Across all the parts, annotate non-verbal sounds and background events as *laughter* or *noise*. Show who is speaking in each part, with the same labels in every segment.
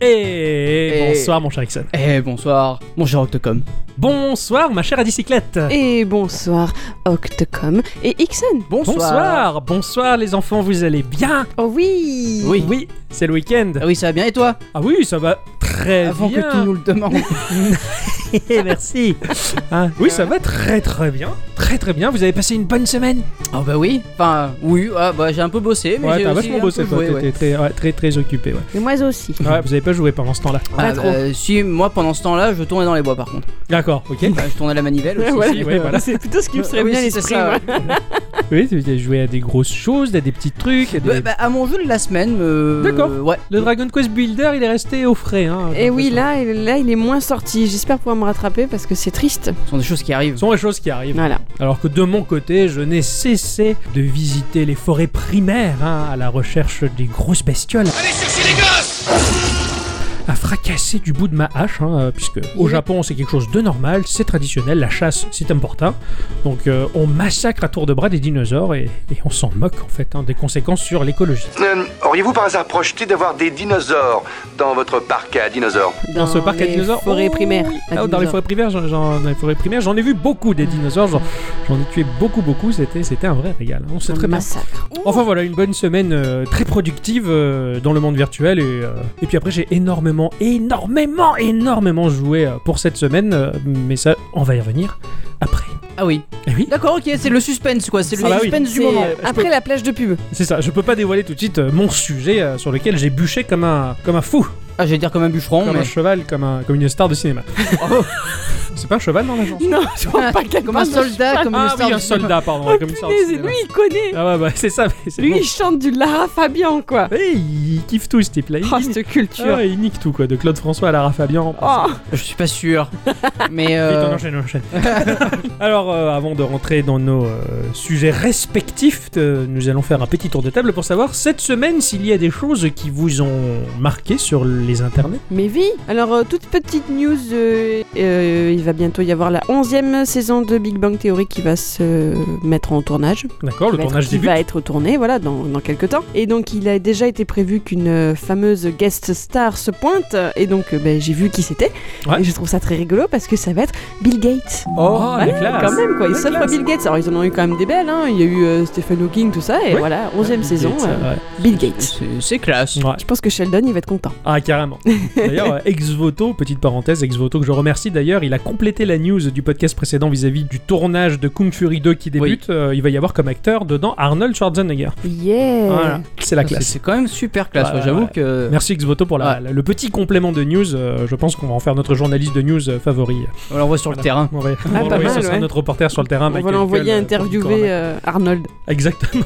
Speaker 1: Et,
Speaker 2: Et-
Speaker 1: bonsoir mon cher Ixon.
Speaker 2: Eh bonsoir, mon cher Octocom.
Speaker 1: Bonsoir ma chère Adicyclette.
Speaker 3: Et bonsoir, Octocom et Ixon.
Speaker 1: Bonsoir, bonsoir les enfants, vous allez bien
Speaker 3: Oh oui
Speaker 2: Oui.
Speaker 1: Oui, c'est le week-end.
Speaker 2: Ah oui, ça va bien et toi
Speaker 1: Ah oui, ça va très
Speaker 2: Avant
Speaker 1: bien.
Speaker 2: que tu nous le demandes.
Speaker 1: Merci. *laughs* Hein, oui, ça va très très bien. Très très bien. Vous avez passé une bonne semaine
Speaker 2: *laughs* Ah bah oui, enfin oui, ah bah j'ai un peu bossé, mais
Speaker 1: Ouais,
Speaker 2: j'ai
Speaker 1: t'as
Speaker 2: aussi
Speaker 1: vachement
Speaker 2: un
Speaker 1: bossé
Speaker 2: peu
Speaker 1: toi.
Speaker 2: joué,
Speaker 1: T'étais
Speaker 2: ouais.
Speaker 1: très, ouais, très très occupé.
Speaker 2: *laughs*
Speaker 1: Ouais.
Speaker 3: Mais moi aussi.
Speaker 1: ouais, vous avez pas joué pendant ce temps-là.
Speaker 3: Pas
Speaker 2: Ah,
Speaker 3: trop.
Speaker 2: bah, si moi pendant ce temps-là, je tournais dans les bois par
Speaker 1: *laughs*
Speaker 2: contre.
Speaker 1: D'accord,
Speaker 2: *laughs*
Speaker 1: ok.
Speaker 2: Ah, je tournais la manivelle aussi.
Speaker 3: Voilà.
Speaker 2: si. euh, Ah
Speaker 1: ouais, voilà.
Speaker 3: C'est plutôt ce qui me serait
Speaker 2: Oui,
Speaker 3: bien à
Speaker 2: si, c'est
Speaker 3: l'esprit.
Speaker 2: ça,
Speaker 3: moi.
Speaker 2: ouais.
Speaker 1: Oui, vous avez joué à des grosses choses, à des petits trucs. à des-
Speaker 2: Bah, bah, à mon jeu de la semaine. euh,
Speaker 1: D'accord.
Speaker 2: Ouais.
Speaker 1: Le Dragon Quest Builder, il est resté au frais. Hein, j'ai
Speaker 2: Eh
Speaker 3: Et oui,
Speaker 1: l'impression.
Speaker 3: là, là, il est moins sorti. J'espère pouvoir me rattraper parce que c'est triste.
Speaker 2: Ce sont des choses qui arrivent.
Speaker 1: Ce sont les choses qui arrivent.
Speaker 3: Voilà.
Speaker 1: Alors que de mon côté, je n'ai cessé de visiter les forêts primaires hein, à la recherche des grosses bestioles. Allez les gosses à fracasser du bout de ma hache, hein, euh, puisque au Japon c'est quelque chose de normal, c'est traditionnel, la chasse c'est important. Donc euh, on massacre à tour de bras des dinosaures et, et on s'en moque en fait hein, des conséquences sur l'écologie.
Speaker 4: Euh, Auriez-vous par hasard projeté d'avoir des dinosaures dans votre parc à dinosaures
Speaker 1: Dans ce parc à
Speaker 3: les
Speaker 1: dinosaures
Speaker 3: Forêts
Speaker 1: oh,
Speaker 3: primaires.
Speaker 1: oui.
Speaker 3: à
Speaker 1: Ah, dans, les
Speaker 3: dinosaures.
Speaker 1: forêts primaires j'en- j'en- dans les forêts primaires, j'en ai vu beaucoup des dinosaures, j'en j'en ai tué beaucoup, beaucoup, c'était c'était un vrai régal. hein. On s'est
Speaker 3: Un
Speaker 1: très bien
Speaker 3: massacre.
Speaker 1: Enfin voilà, une bonne semaine euh, très productive euh, dans le monde virtuel et, euh, et puis après j'ai énormément, énormément, énormément joué euh, pour cette semaine, euh, mais ça on va y revenir après.
Speaker 2: Ah oui.
Speaker 1: Et Eh oui,
Speaker 2: D'accord, ok, c'est le suspense quoi, c'est le
Speaker 1: Ah bah oui.
Speaker 2: suspense du
Speaker 3: C'est,
Speaker 2: moment.
Speaker 3: euh, Après la plage de pub.
Speaker 1: c'est ça, je peux pas dévoiler tout de suite euh, mon sujet euh, sur lequel j'ai bûché comme un, comme un fou,
Speaker 2: Ah, j'allais dire comme un bûcheron,
Speaker 1: comme
Speaker 2: mais.
Speaker 1: un cheval, comme, un, comme une star de *laughs* cinéma. Oh. c'est pas un cheval dans la chanson
Speaker 3: *laughs* Non, je vois pas quel
Speaker 2: comme un
Speaker 3: *laughs*
Speaker 2: soldat, comme une
Speaker 1: Ah oui,
Speaker 2: star du
Speaker 1: un
Speaker 2: cinéma.
Speaker 1: soldat, pardon,
Speaker 3: Oh
Speaker 1: comme une star de
Speaker 3: punaise,
Speaker 1: cinéma.
Speaker 3: lui il connaît.
Speaker 1: Ah ouais, bah, c'est ça, c'est
Speaker 3: Lui
Speaker 1: bon.
Speaker 3: il chante du Lara Fabian quoi.
Speaker 1: Eh, il kiffe tout ce type-là. Il,
Speaker 3: Oh cette culture.
Speaker 1: Ah, il nique tout Ah, quoi, de Claude François à Lara Fabian. en passant.
Speaker 3: Oh,
Speaker 2: Je suis pas sûr. mais.
Speaker 1: Vite,
Speaker 2: euh,
Speaker 1: on enchaîne, on enchaîne. *laughs* Alors, euh, avant de rentrer dans nos euh, sujets respectifs, euh, nous allons faire un petit tour de table pour savoir cette semaine s'il y a des choses qui vous ont marqué sur les internets.
Speaker 3: mais vie Alors, euh, toute petite news, euh, euh, il va bientôt y avoir la 11e saison de Big Bang Theory qui va se mettre en tournage.
Speaker 1: D'accord, Oh, le
Speaker 3: va être-
Speaker 1: tournage
Speaker 3: qui
Speaker 1: débute.
Speaker 3: va être tourné voilà, dans, dans quelques temps. Et donc, il a déjà été prévu qu'une euh, fameuse guest star se pointe. Et donc, euh, ben, j'ai vu qui c'était.
Speaker 1: Ouais.
Speaker 3: Et je trouve ça très rigolo parce que ça va être Bill Gates.
Speaker 1: Oh, la
Speaker 3: Voilà,
Speaker 1: classe.
Speaker 3: quand même, quoi. Ils
Speaker 1: La
Speaker 3: s'offrent à
Speaker 1: classe.
Speaker 3: Bill Gates. Alors, ils en ont eu quand même des belles. hein. Il y a eu euh, Stephen Hawking, tout ça. Et
Speaker 1: Oui.
Speaker 3: voilà, 11e
Speaker 1: Bill
Speaker 3: saison,
Speaker 1: Gates,
Speaker 3: euh,
Speaker 1: ouais.
Speaker 3: Bill Gates.
Speaker 2: c'est- C'est classe.
Speaker 1: Ouais.
Speaker 3: Je pense que Sheldon, il va être content.
Speaker 1: Ah, carrément. D'ailleurs, euh, ex-voto, petite parenthèse, ex-voto que je remercie d'ailleurs, il a complété la news du podcast précédent vis-à-vis du tournage de Kung Fury 2 qui débute. Euh, il va y avoir comme acteur dedans Arnold Schwarzenegger.
Speaker 3: Yeah
Speaker 1: Voilà, c'est la
Speaker 2: C'est-
Speaker 1: classe.
Speaker 2: C'est quand même super classe,
Speaker 1: Ouais,
Speaker 2: Bah, ouais, j'avoue
Speaker 1: ouais.
Speaker 2: que.
Speaker 1: Merci Xvoto pour la-
Speaker 2: Ouais.
Speaker 1: la- le petit complément de news. Euh, je pense qu'on va en faire notre journaliste de news euh, favori.
Speaker 2: On l'envoie sur le terrain.
Speaker 1: On va, on va
Speaker 3: Ah, pas
Speaker 1: l'envoyer,
Speaker 3: mal,
Speaker 1: ce sera
Speaker 3: ouais.
Speaker 1: notre reporter sur le terrain.
Speaker 3: On va
Speaker 1: Michael
Speaker 3: l'envoyer
Speaker 1: Cole, euh, pour
Speaker 3: interviewer
Speaker 1: Nicolas.
Speaker 3: euh, Arnold. *laughs*
Speaker 1: Exactement.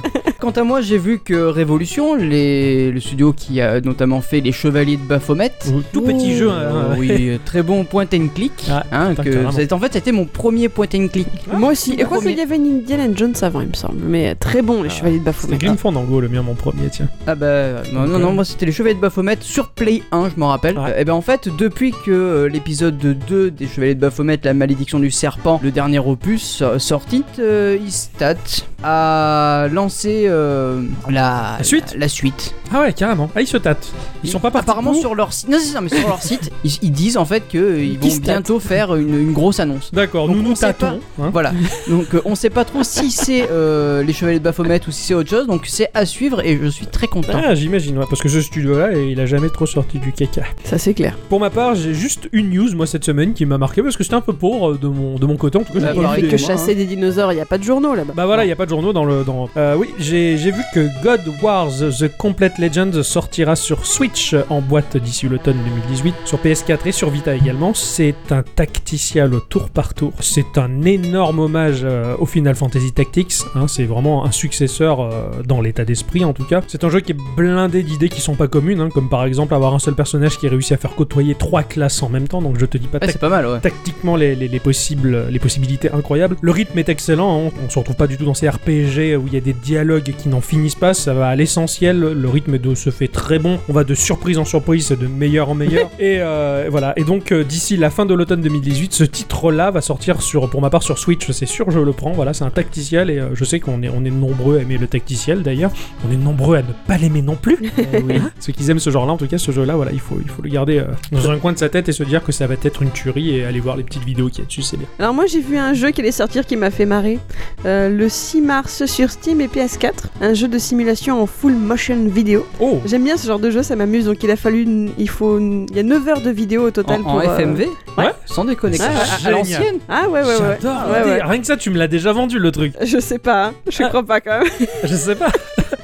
Speaker 2: *laughs* Quant à moi, j'ai vu que Révolution, les- le studio qui a notamment fait Les Chevaliers de Baphomet,
Speaker 1: Tout petit
Speaker 3: Ouh.
Speaker 1: jeu.
Speaker 2: euh,
Speaker 1: hein, ouais.
Speaker 2: oui, très bon point and click.
Speaker 1: Ah,
Speaker 2: hein,
Speaker 1: putain,
Speaker 2: que-
Speaker 1: carrément.
Speaker 2: c'est- en fait, c'était mon premier point and click.
Speaker 3: Moi aussi. Et quoi
Speaker 2: Ah, Premier.
Speaker 3: qu'il y avait une Indiana Jones avant, il me semble. Mais euh, très bon, les Chevaliers de
Speaker 1: C'était
Speaker 3: Baphomet.
Speaker 1: Grimfondango, le mien, mon premier, tiens.
Speaker 2: Ah bah non, non, non, moi c'était Les Chevaliers de Baphomet sur Play 1, je m'en rappelle.
Speaker 1: euh, Ouais.
Speaker 2: et ben en fait, depuis que euh, l'épisode 2 des Chevaliers de Baphomet, La Malédiction du Serpent, le dernier opus euh, sorti, euh, Istat a lancé euh, la,
Speaker 1: La suite
Speaker 2: la, suite.
Speaker 1: Ah ouais, carrément. Ah, ils se tâtent. Ils sont pas partis.
Speaker 2: Apparemment
Speaker 1: pour-
Speaker 2: sur leur site. Non, c'est ça, mais sur
Speaker 1: *laughs*
Speaker 2: leur site, ils, ils disent en fait qu'ils vont
Speaker 3: Istat.
Speaker 2: bientôt faire une, une grosse annonce.
Speaker 1: D'accord,
Speaker 2: Donc
Speaker 1: nous nous
Speaker 2: on sait
Speaker 1: tâtons. hein.
Speaker 2: Voilà, donc euh, on sait pas trop si c'est euh, les Chevaliers de Baphomet ou si c'est autre chose, donc c'est à suivre et je suis très content.
Speaker 1: Ah, j'imagine, ouais, parce que ce studio-là, il a jamais trop sorti du caca.
Speaker 3: Ah, Ça, c'est clair.
Speaker 1: Pour ma part, j'ai juste une news, moi, cette semaine, qui m'a marqué, parce que c'était un peu pauvre euh, de mon, de mon côté. En tout cas, j'ai
Speaker 2: Bah,
Speaker 1: pas
Speaker 3: Il
Speaker 1: vu
Speaker 2: pareil
Speaker 3: fait
Speaker 1: des-
Speaker 3: que
Speaker 2: moi,
Speaker 3: chasser des dinosaures, il n'y a pas de journaux là-bas.
Speaker 1: Bah voilà, il n'y a pas de journaux dans le. Dans... Euh, oui, j'ai j'ai vu que God Wars The Complete Legends sortira sur Switch euh, en boîte d'ici l'automne 2018, sur PS4 et sur Vita également. C'est un tacticiel au tour par tour. C'est un énorme hommage euh, au Final Fantasy Tactics. hein. c'est vraiment un successeur euh, dans l'état d'esprit en tout cas. C'est un jeu qui est blindé d'idées qui sont pas communes, hein, comme par exemple avoir un seul personnage qui réussit à faire côtoyer trois classes en même temps. Donc je te dis pas
Speaker 2: Ouais,
Speaker 1: tac-
Speaker 2: c'est pas mal, ouais.
Speaker 1: tactiquement les, les- les possibles, les possibilités incroyables. Le rythme est excellent, hein, on, on se retrouve pas du tout dans ces RPG RPG où il y a des dialogues qui n'en finissent pas, ça va à l'essentiel, le rythme de, se fait très bon, on va de surprise en surprise, de meilleur en meilleur, et euh, voilà, et donc euh, d'ici la fin de l'automne 2018, ce titre-là va sortir sur, pour ma part sur Switch, c'est sûr, je le prends, voilà, c'est un tacticiel, et euh, je sais qu'on est, on est nombreux à aimer le tacticiel d'ailleurs, on est nombreux à ne pas l'aimer non plus, *laughs* Hein ceux qui aiment ce genre-là, en tout cas ce jeu-là, voilà, il faut, il faut le garder euh, dans *laughs* un coin de sa tête et se dire que ça va être une tuerie et aller voir les petites vidéos qu'il y a dessus, c'est bien.
Speaker 3: Alors moi j'ai vu un jeu qui allait sortir qui m'a fait marrer euh, le 6 mars sur Steam et PS4, un jeu de simulation en full motion vidéo.
Speaker 1: Oh
Speaker 3: J'aime bien ce genre de jeu, ça m'amuse donc il a fallu une- il faut une- il y a 9 heures de vidéo au
Speaker 2: En,
Speaker 3: total
Speaker 2: en
Speaker 3: pour euh,
Speaker 2: FMV
Speaker 1: Ouais.
Speaker 2: Sans déconner.
Speaker 3: Ouais,
Speaker 2: quoi.
Speaker 3: ouais,
Speaker 2: à
Speaker 1: génial.
Speaker 2: l'ancienne
Speaker 3: Ah ouais ouais ouais.
Speaker 1: J'adore Ah.
Speaker 3: Ouais,
Speaker 1: l'idée.
Speaker 3: ouais.
Speaker 1: Rien que ça, tu me l'as déjà vendu le truc.
Speaker 3: Je sais pas, hein. je crois pas quand même.
Speaker 1: Je sais pas.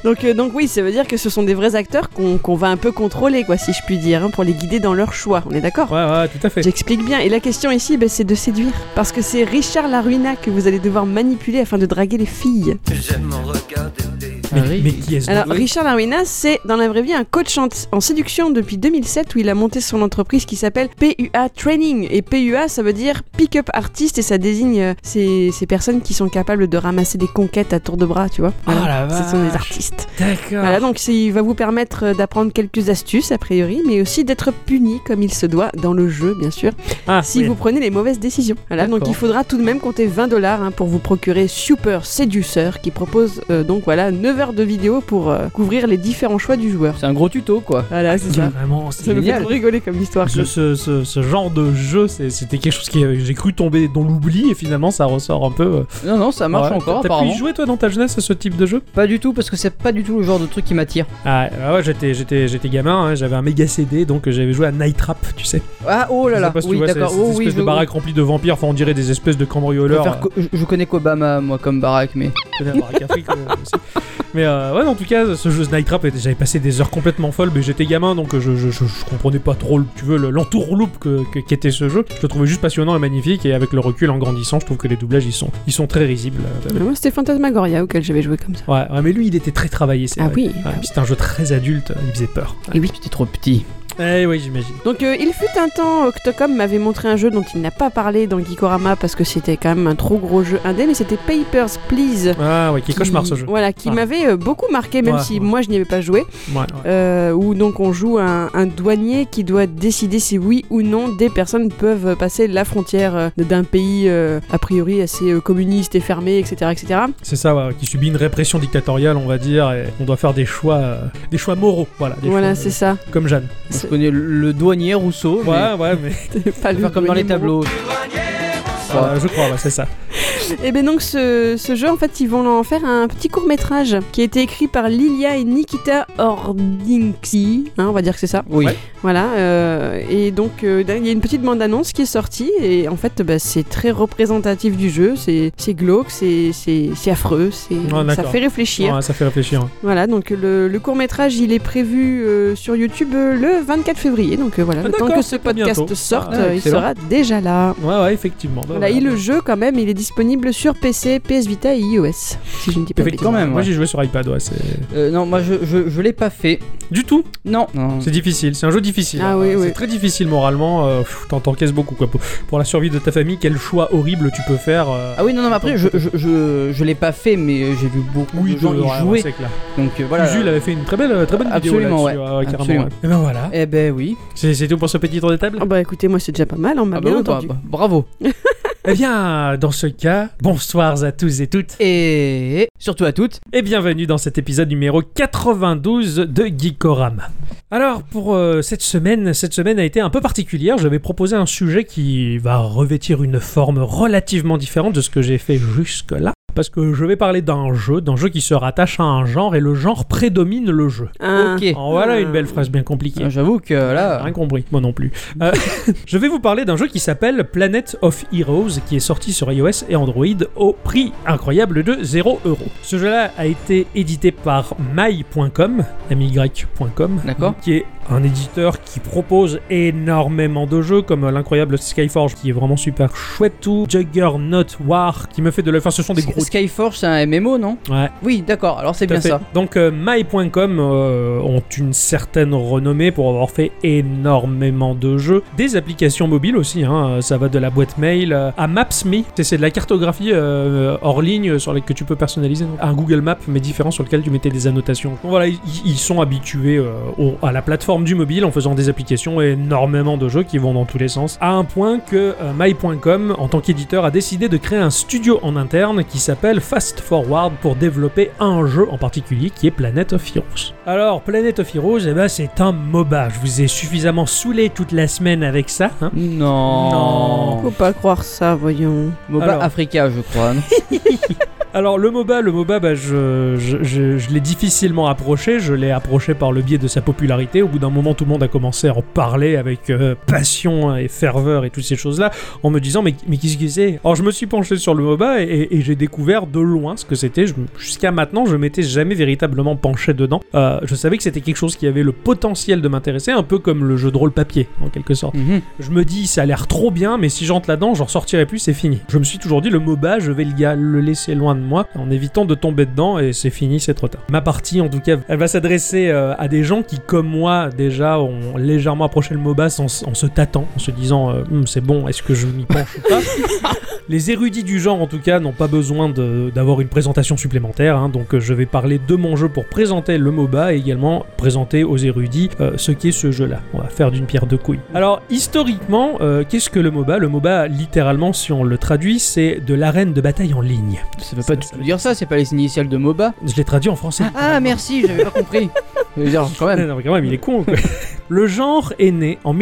Speaker 3: Donc, euh, donc oui, ça veut dire que ce sont des vrais acteurs qu'on qu'on va un peu contrôler, quoi, si je puis dire, hein, pour les guider dans leur choix. On est d'accord
Speaker 1: Ouais, ouais, tout à fait.
Speaker 3: J'explique bien. Et la question ici, ben, c'est de séduire. Parce que c'est Richard Laruina que vous allez devoir manipuler afin de draguer les filles.
Speaker 1: Mais,
Speaker 2: Ah oui.
Speaker 1: mais qui est-ce
Speaker 3: Alors,
Speaker 1: donc
Speaker 3: Richard Laruina, c'est dans la vraie vie un coach en, en séduction depuis 2007 où il a monté son entreprise qui s'appelle PUA Training. Et PUA, ça veut dire Pick Up Artist et ça désigne euh, ces, ces personnes qui sont capables de ramasser des conquêtes à tour de bras, tu vois.
Speaker 1: Ah,
Speaker 3: Voilà,
Speaker 1: la
Speaker 3: Ce sont des
Speaker 1: vache.
Speaker 3: artistes.
Speaker 1: D'accord.
Speaker 3: Voilà, donc c'est- il va vous permettre euh, d'apprendre quelques astuces a priori, mais aussi d'être puni comme il se doit dans le jeu, bien sûr,
Speaker 1: Ah,
Speaker 3: si
Speaker 1: oui.
Speaker 3: vous prenez les mauvaises décisions. Voilà, donc
Speaker 1: D'accord.
Speaker 3: il faudra tout de même compter 20 dollars hein, pour vous procurer Super Seducer qui propose euh, donc voilà 9 heures de vidéo pour euh, couvrir les différents choix du joueur.
Speaker 2: C'est un gros tuto quoi.
Speaker 3: Voilà, c'est
Speaker 1: C'est
Speaker 3: ça.
Speaker 1: Vraiment,
Speaker 3: Ça
Speaker 1: c'est
Speaker 3: me fait
Speaker 2: génial.
Speaker 3: trop rigoler comme histoire.
Speaker 1: ce, ce- ce- ce genre de jeu, c'est- c'était quelque chose que j'ai cru tomber dans l'oubli et finalement ça ressort un peu. euh,
Speaker 2: Non, non, ça marche
Speaker 1: ouais.
Speaker 2: encore
Speaker 1: T'as pu y
Speaker 2: apparemment.
Speaker 1: jouer toi dans ta jeunesse à ce type de jeu
Speaker 2: Pas du tout parce que c'est pas du tout le genre de truc qui m'attire.
Speaker 1: Ah ah ouais, j'étais, j'étais, j'étais gamin, hein, j'avais un méga CD, donc euh, j'avais joué à Night Trap, tu sais.
Speaker 2: Ah oh là
Speaker 1: Je sais
Speaker 2: là,
Speaker 1: pas si
Speaker 2: oui
Speaker 1: tu vois, c'est-
Speaker 2: d'accord.
Speaker 1: c'est
Speaker 2: Oh
Speaker 1: cette
Speaker 2: oui,
Speaker 1: espèce
Speaker 2: je,
Speaker 1: de baraque remplie de vampires, enfin on dirait des espèces de
Speaker 2: je
Speaker 1: cambrioleurs.
Speaker 2: préfère
Speaker 1: euh,
Speaker 2: co- je- je connais qu'Obama moi comme baraque mais
Speaker 1: que la baraque Afrique, euh,
Speaker 2: *laughs*
Speaker 1: aussi. Mais euh, ouais, en tout cas, ce jeu de Night Trap, j'avais passé des heures complètement folles, mais j'étais gamin, donc euh, je, je, je- je comprenais pas trop, tu veux, le- l'entourloupe que- que- qu'était ce jeu. Je le trouvais juste passionnant et magnifique, et avec le recul, en grandissant, je trouve que les doublages, ils sont, ils sont très risibles. euh,
Speaker 3: Ah, Moi, c'était Fantasmagoria auquel j'avais joué comme ça.
Speaker 1: Ouais, ouais, mais lui, il était très travaillé, c'est
Speaker 3: Ah
Speaker 1: vrai.
Speaker 3: oui.
Speaker 1: Ouais, puis c'était un jeu très adulte, il faisait peur.
Speaker 2: et oui, j'étais trop petit.
Speaker 1: Eh oui, j'imagine.
Speaker 3: Donc euh, il fut un temps, Octocom m'avait montré un jeu dont il n'a pas parlé dans Geekorama parce que c'était quand même un trop gros jeu indé, mais c'était Papers, Please.
Speaker 1: Ah ouais, qui est cauchemar ce jeu.
Speaker 3: Voilà, qui
Speaker 1: Ah.
Speaker 3: m'avait euh, beaucoup marqué, même
Speaker 1: Ouais,
Speaker 3: si
Speaker 1: ouais.
Speaker 3: moi je n'y avais pas joué,
Speaker 1: Ouais, ouais.
Speaker 3: euh, où donc on joue un, un douanier qui doit décider si oui ou non des personnes peuvent passer la frontière euh, d'un pays euh, a priori assez euh, communiste et fermé, etc. etc.
Speaker 1: C'est ça, ouais, qui subit une répression dictatoriale, on va dire, et on doit faire des choix, euh, des choix moraux, voilà, des
Speaker 3: Voilà,
Speaker 1: choix,
Speaker 3: c'est ça.
Speaker 1: euh, comme Jeanne.
Speaker 2: Je connais le, le douanier Rousseau. mais-
Speaker 1: Ouais, ouais,
Speaker 3: *laughs*
Speaker 1: mais
Speaker 3: Pas
Speaker 2: Faut
Speaker 3: le
Speaker 2: faire comme dans les
Speaker 3: douanier moro.
Speaker 2: tableaux.
Speaker 1: euh, je crois, ouais, c'est ça.
Speaker 3: Et bien Eh ben donc ce, ce jeu en fait ils vont en faire un petit court métrage qui a été écrit par Lilia et Nikita Ordinksi, hein, on va dire que c'est ça.
Speaker 2: Oui.
Speaker 1: Ouais.
Speaker 3: Voilà, euh, et donc euh, il y a une petite bande-annonce qui est sortie, et en fait bah, c'est très représentatif du jeu, c'est c'est glauque, c'est- c'est c'est affreux, c'est
Speaker 1: Ouais,
Speaker 3: ça
Speaker 1: d'accord.
Speaker 3: fait réfléchir.
Speaker 1: Ouais, ça fait réfléchir. hein.
Speaker 3: Voilà, donc le, le court-métrage il est prévu euh, sur YouTube euh, le 24 février, donc euh, voilà,
Speaker 1: Ah,
Speaker 3: le temps
Speaker 1: d'accord,
Speaker 3: que ce
Speaker 1: c'est pas
Speaker 3: podcast
Speaker 1: bientôt.
Speaker 3: sorte,
Speaker 2: Ah,
Speaker 3: euh, il
Speaker 2: excellent.
Speaker 3: sera déjà là.
Speaker 1: Ouais, ouais, effectivement. bah,
Speaker 3: Voilà,
Speaker 1: voilà.
Speaker 3: et le jeu quand même, il est disponible sur PC, PS Vita et iOS,
Speaker 1: Ah.
Speaker 3: si je ne dis pas de
Speaker 1: Effectivement.
Speaker 2: Quand même,
Speaker 1: Moi
Speaker 2: ouais.
Speaker 1: j'ai joué sur iPad, ouais, c'est.
Speaker 2: Euh, non, moi je, je, je l'ai pas fait.
Speaker 1: Du tout,
Speaker 2: Non. non.
Speaker 1: c'est difficile, c'est un jeu difficile.
Speaker 3: Ah
Speaker 1: hein.
Speaker 3: oui,
Speaker 1: c'est
Speaker 3: oui.
Speaker 1: très difficile moralement, euh, pff, t'en t'encaisses beaucoup quoi. Pour, pour la survie de ta famille, quel choix horrible tu peux faire. euh,
Speaker 2: Ah oui, non, non, mais après je, je, je, je l'ai pas fait, mais j'ai vu beaucoup
Speaker 1: oui,
Speaker 2: de gens
Speaker 1: de- ouais,
Speaker 2: y
Speaker 1: ouais,
Speaker 2: jouer.
Speaker 1: c'est clair.
Speaker 2: donc euh, voilà.
Speaker 1: Jules avait fait une très belle, euh, très bonne vidéo
Speaker 2: Absolument, ouais.
Speaker 1: là-dessus, ouais, carrément,
Speaker 2: Absolument.
Speaker 1: ouais. Et ben voilà,
Speaker 2: Eh ben oui.
Speaker 1: c'est c'est tout pour ce petit tour de table.
Speaker 3: Ah bah écoutez, moi c'est déjà pas mal, on m'a
Speaker 2: Ah bah
Speaker 3: bien
Speaker 2: oui,
Speaker 3: entendu.
Speaker 2: bah- bah, bravo.
Speaker 1: Eh bien, dans ce cas, bonsoir à tous et toutes
Speaker 2: Et surtout à toutes.
Speaker 1: et bienvenue dans cet épisode numéro 92 de Geekorama. Alors pour euh, cette semaine, cette semaine a été un peu particulière. J'avais proposé un sujet qui va revêtir une forme relativement différente de ce que j'ai fait jusque-là. Parce que je vais parler d'un jeu, d'un jeu qui se rattache à un genre et le genre prédomine le jeu.
Speaker 3: Hein.
Speaker 2: Ok.
Speaker 1: En voilà une belle phrase bien compliquée.
Speaker 2: Ah, J'avoue que là.
Speaker 1: Rien compris, moi non plus. Euh, *laughs* je vais vous parler d'un jeu qui s'appelle Planet of Heroes, qui est sorti sur iOS et Android au prix incroyable de 0€. Ce jeu-là a été édité par my.com, my.com,
Speaker 2: D'accord.
Speaker 1: qui est un éditeur qui propose énormément de jeux, comme l'incroyable Skyforge, qui est vraiment super chouette, ou Juggernaut War, qui me fait de l'œil. Enfin, ce sont des gros
Speaker 2: Skyforge, c'est un MMO, non
Speaker 1: Ouais.
Speaker 2: Oui, d'accord, alors c'est
Speaker 1: Tout à
Speaker 2: bien
Speaker 1: fait.
Speaker 2: ça.
Speaker 1: Donc euh, My.com euh, ont une certaine renommée pour avoir fait énormément de jeux, des applications mobiles aussi. hein, euh, ça va de la boîte mail euh, à Maps.me, C'est- c'est de la cartographie euh, hors ligne sur laquelle que tu peux personnaliser. donc. Un Google Map mais différent sur lequel tu mettais des annotations. Donc voilà, ils, ils sont habitués euh, au- à la plateforme du mobile en faisant des applications et énormément de jeux qui vont dans tous les sens. À un point que euh, My.com en tant qu'éditeur a décidé de créer un studio en interne qui s'appelle Fast Forward pour développer un jeu en particulier qui est Planet of Heroes. Alors Planet of Heroes, eh ben, c'est un MOBA. Je vous ai suffisamment saoulé toute la semaine avec ça. hein.
Speaker 2: Non.
Speaker 3: Faut pas croire ça, voyons.
Speaker 2: MOBA
Speaker 1: Alors.
Speaker 2: Africa, je crois.
Speaker 1: *laughs*
Speaker 2: non
Speaker 1: Alors le MOBA, le MOBA, bah, je, je, je- je l'ai difficilement approché. Je l'ai approché par le biais de sa popularité. Au bout d'un moment, tout le monde a commencé à en parler avec euh, passion et ferveur et toutes ces choses-là, en me disant mais, mais qu'est-ce que c'est Alors je me suis penché sur le MOBA et, et j'ai découvert de loin ce que c'était. Je- Jusqu'à maintenant, je m'étais jamais véritablement penché dedans. Euh, je savais que c'était quelque chose qui avait le potentiel de m'intéresser, un peu comme le jeu de rôle papier en quelque sorte.
Speaker 2: Mhm.
Speaker 1: Je me dis, ça a l'air trop bien, mais si j'entre là-dedans, j'en sortirai plus, c'est fini. Je me suis toujours dit, le MOBA, je vais le, ga- le laisser loin de moi en évitant de tomber dedans, et c'est fini, c'est trop tard. Ma partie, en tout cas, elle va s'adresser euh, à des gens qui, comme moi, déjà, ont légèrement approché le MOBA sans- en se tâtant, en se disant, euh, Hum, c'est bon, est-ce que je m'y penche ou pas Les érudits du genre, en tout cas, n'ont pas besoin de- d'avoir une présentation supplémentaire, hein, donc euh, je vais parler de mon jeu pour présenter le MOBA et également présenter aux érudits euh, ce qu'est ce jeu-là. On va faire d'une pierre deux couilles. Alors, historiquement, euh, qu'est-ce que le MOBA Le MOBA, littéralement, si on le traduit, c'est de l'arène de bataille en ligne.
Speaker 2: Ça veut pas du tout dire ça, c'est pas les initiales
Speaker 1: *laughs*
Speaker 2: de MOBA.
Speaker 1: Je l'ai traduit en français.
Speaker 2: Ah, merci, j'avais pas compris. Je veux dire, quand même.
Speaker 1: Non, mais quand même, il est con. quoi. le genre est né en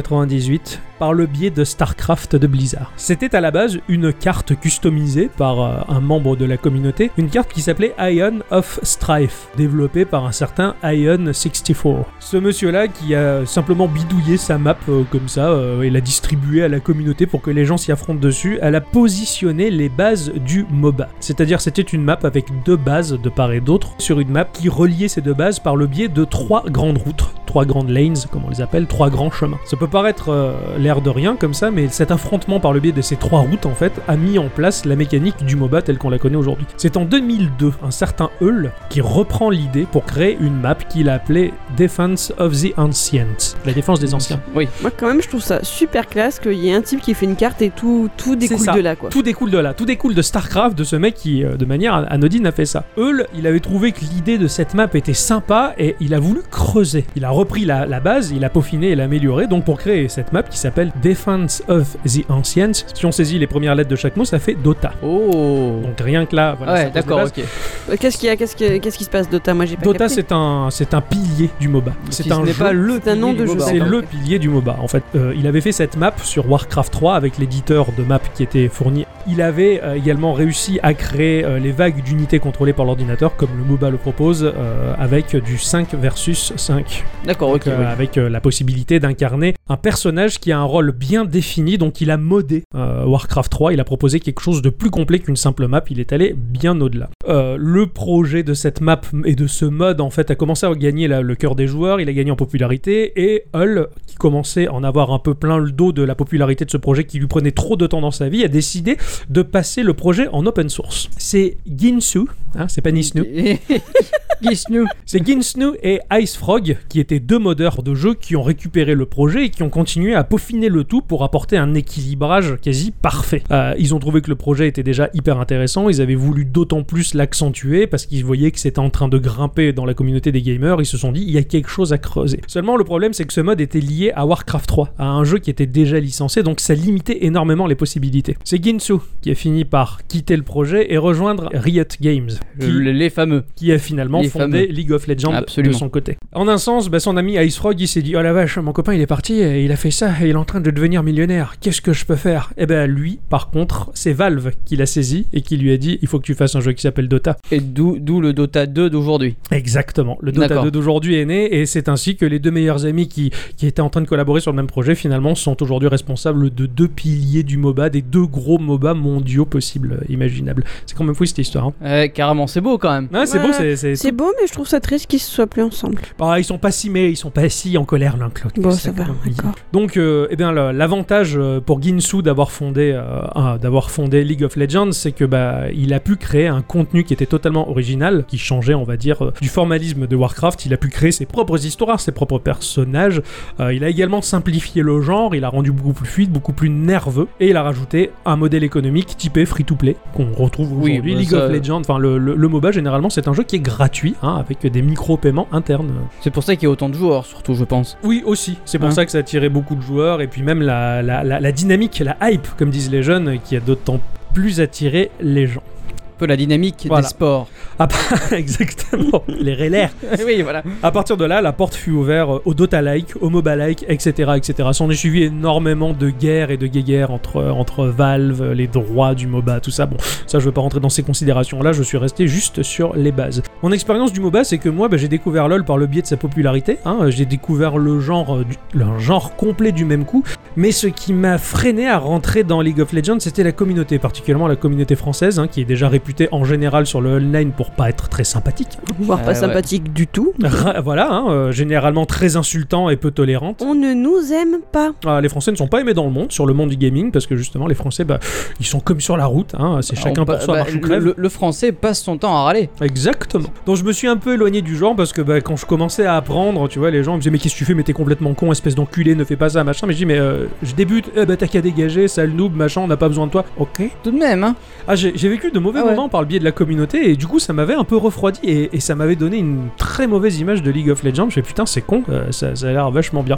Speaker 1: 1998 par le biais de StarCraft de Blizzard. C'était à la base une carte customisée par euh, un membre de la communauté, une carte qui s'appelait Ion of Strife, développée par un certain Ion64. Ce monsieur-là qui a simplement bidouillé sa map euh, comme ça euh, et l'a distribuée à la communauté pour que les gens s'y affrontent dessus, elle a positionné les bases du MOBA. C'est-à-dire c'était une map avec deux bases de part et d'autre sur une map qui reliait ces deux bases par le biais de trois grandes routes, trois grandes lanes, comme on les appelle, trois grands chemins. Ça peut paraître euh, l'air de rien comme ça, mais cet affrontement par le biais de ces trois routes en fait a mis en place la mécanique du MOBA telle qu'on la connaît aujourd'hui. C'est en 2002 un certain Hull qui reprend l'idée pour créer une map qu'il a appelée Defense of the Ancients, la défense *laughs* des anciens.
Speaker 2: Oui.
Speaker 3: Moi, quand même, je trouve ça super classe qu'il y ait un type qui fait une carte et tout, tout découle
Speaker 1: ça.
Speaker 3: de là, quoi.
Speaker 1: Tout découle de là, tout découle de StarCraft, de ce mec qui, euh, de manière anodine, a fait ça. Eul, il avait trouvé que l'idée de cette map était sympa et il a voulu creuser. Il a repris la, la base, il a peaufiné et l'a améliorée, donc pour créer cette map qui s'appelle Defense of the Ancients. Si on saisit les premières lettres de chaque mot, ça fait Dota.
Speaker 2: Oh.
Speaker 1: Donc rien que là, voilà. ça
Speaker 2: ouais,
Speaker 1: pose la
Speaker 2: d'accord,
Speaker 1: base.
Speaker 2: ok.
Speaker 3: Euh, Qu'est-ce qu'il y a Qu'est-ce que- qu'est-ce qui se passe, Dota Moi, j'ai pas
Speaker 1: Dota,
Speaker 3: capté.
Speaker 1: c'est un, c'est un pilier du MOBA. C'est
Speaker 2: Si
Speaker 1: un
Speaker 2: ce n'est
Speaker 1: jeu.
Speaker 2: pas le
Speaker 3: C'est un nom
Speaker 2: pilier
Speaker 3: de
Speaker 2: du
Speaker 3: jeu,
Speaker 2: MOBA.
Speaker 1: C'est
Speaker 3: D'accord.
Speaker 1: le pilier du MOBA. En fait, Euh, il avait fait cette map sur Warcraft 3 avec l'éditeur de map qui était fourni. Il avait euh, également réussi à créer euh, les vagues d'unités contrôlées par l'ordinateur, comme le MOBA le propose, euh, avec du 5 versus 5.
Speaker 2: D'accord, ok.
Speaker 1: Donc, euh,
Speaker 2: oui.
Speaker 1: Avec euh, la possibilité d'incarner un personnage qui a un rôle bien défini, donc il a modé euh, Warcraft 3, il a proposé quelque chose de plus complet qu'une simple map, il est allé bien au-delà. Euh, le projet de cette map et de ce mode, en fait, a commencé à gagner la- le cœur des joueurs, il a gagné en popularité, et Hull, qui commençait à en avoir un peu plein le dos de la popularité de ce projet qui lui prenait trop de temps dans sa vie, a décidé de passer le projet en open source. C'est Ginsu, hein, c'est pas Nisnu,
Speaker 2: Gisnu.
Speaker 1: c'est Ginsnu et Icefrog qui étaient deux modeurs de jeu qui ont récupéré le projet et qui ont continué à peaufiner le tout pour apporter un équilibrage quasi parfait. Euh, ils ont trouvé que le projet était déjà hyper intéressant, ils avaient voulu d'autant plus l'accentuer parce qu'ils voyaient que c'était en train de grimper dans la communauté des gamers, ils se sont dit il y a quelque chose à creuser. Seulement le problème c'est que ce mode était lié à Warcraft 3, à un jeu qui était déjà licencié donc ça limitait énormément les possibilités. C'est Ginsu qui a fini par quitter le projet et rejoindre Riot Games. *laughs* qui-
Speaker 2: Le- Les fameux.
Speaker 1: qui a finalement
Speaker 2: Les
Speaker 1: fondé
Speaker 2: fameux.
Speaker 1: League of Legends
Speaker 2: Absolument.
Speaker 1: de son côté. En un sens, bah, son ami Ice Frog, il s'est dit Oh la vache, mon copain, il est parti, et il a fait ça, et il est en train de devenir millionnaire. Qu'est-ce que je peux faire Eh ben, lui, par contre, c'est Valve qui l'a saisi et qui lui a dit Il faut que tu fasses un jeu qui s'appelle Dota.
Speaker 2: Et d'où d'où le Dota 2 d'aujourd'hui.
Speaker 1: Exactement. Le Dota
Speaker 2: D'accord.
Speaker 1: 2 d'aujourd'hui est né, et c'est ainsi que les deux meilleurs amis qui, qui étaient en train de collaborer sur le même projet, finalement, sont aujourd'hui responsables de deux piliers du MOBA, des deux gros MOBA mondiaux possibles, euh, imaginables. C'est quand même fou cette histoire. hein.
Speaker 2: Ouais, Eh, carrément, c'est beau quand même.
Speaker 1: Ouais, c'est
Speaker 3: Ouais,
Speaker 1: beau, c'est c'est
Speaker 3: C'est
Speaker 1: tout
Speaker 3: beau, mais je trouve ça triste qu'ils se soient plus ensemble.
Speaker 1: Bah, ils sont pas si mais ils sont pas si en colère l'un que l'autre.
Speaker 3: Bon,
Speaker 1: C'est
Speaker 3: ça va,
Speaker 1: comme on dit.
Speaker 3: d'accord.
Speaker 1: Donc, euh, eh bien, le- l'avantage euh, pour Ginsu d'avoir fondé, euh, un- d'avoir fondé League of Legends, c'est que bah, il a pu créer un contenu qui était totalement original, qui changeait, on va dire, euh, du formalisme de Warcraft. Il a pu créer ses propres histoires, ses propres personnages. Euh, il a également simplifié le genre. Il a rendu beaucoup plus fluide, beaucoup plus nerveux, et il a rajouté un modèle économique typé free-to-play qu'on retrouve
Speaker 2: Oui,
Speaker 1: aujourd'hui.
Speaker 2: bah,
Speaker 1: League
Speaker 2: ça-
Speaker 1: of Legends, enfin le, le- le MOBA généralement, c'est un jeu qui est gratuit, hein, avec des micro-paiements internes. euh,
Speaker 2: C'est pour ça qu'il y a autant de joueurs, surtout, je pense.
Speaker 1: Oui, aussi. C'est pour
Speaker 2: Hein.
Speaker 1: ça que ça attirait beaucoup de joueurs et puis même la, la, la, la dynamique, la hype, comme disent les jeunes, qui a d'autant plus attiré les gens. *laughs*
Speaker 2: Un peu la dynamique
Speaker 1: Voilà.
Speaker 2: des sports.
Speaker 1: Exactement, les relais.
Speaker 2: *laughs* oui, voilà.
Speaker 1: À partir de là, la porte fut ouverte au Dota-like, au MOBA-like, etc., etc. S'en est suivi énormément de guerres et de guéguerres entre, entre Valve, les droits du MOBA, tout ça. Bon, ça, je veux pas rentrer dans ces considérations-là, je suis resté juste sur les bases. Mon expérience du MOBA, c'est que moi, bah, j'ai découvert LoL par le biais de sa popularité. hein. J'ai découvert le genre, euh, du- le genre complet du même coup. Mais ce qui m'a freiné à rentrer dans League of Legends, c'était la communauté, particulièrement la communauté française, hein, qui est déjà réputée en général sur le online pour pas être très sympathique.
Speaker 3: Voire pas
Speaker 2: ouais.
Speaker 3: sympathique du tout.
Speaker 1: Ra- voilà, hein, euh, généralement très insultant et peu tolérante.
Speaker 3: On ne nous aime pas.
Speaker 1: Ah, les Français ne sont pas aimés dans le monde, sur le monde du gaming, parce que justement, les Français, bah, ils sont comme sur la route, hein, c'est chacun
Speaker 2: On
Speaker 1: pour
Speaker 2: pa-
Speaker 1: soi,
Speaker 2: bah,
Speaker 1: marche ou
Speaker 2: le,
Speaker 1: crève.
Speaker 2: le- le français passe son temps à râler.
Speaker 1: Exactement. Donc je me suis un peu éloigné du genre, parce que bah, quand je commençais à apprendre, tu vois, les gens ils me disaient, mais qu'est-ce que tu fais, mais t'es complètement con, espèce d'enculé, ne fais pas ça, machin. Mais je dis, mais euh, je débute, eh bah t'as qu'à dégager, sale noob, machin, on n'a pas besoin de toi. Ok.
Speaker 2: Tout de même, hein.
Speaker 1: Ah, j'ai j'ai vécu de mauvais
Speaker 2: Ah ouais.
Speaker 1: moments par le biais de la communauté et du coup ça m'avait un peu refroidi et, et ça m'avait donné une très mauvaise image de League of Legends. Je fais putain c'est con, euh, ça, ça a l'air vachement bien.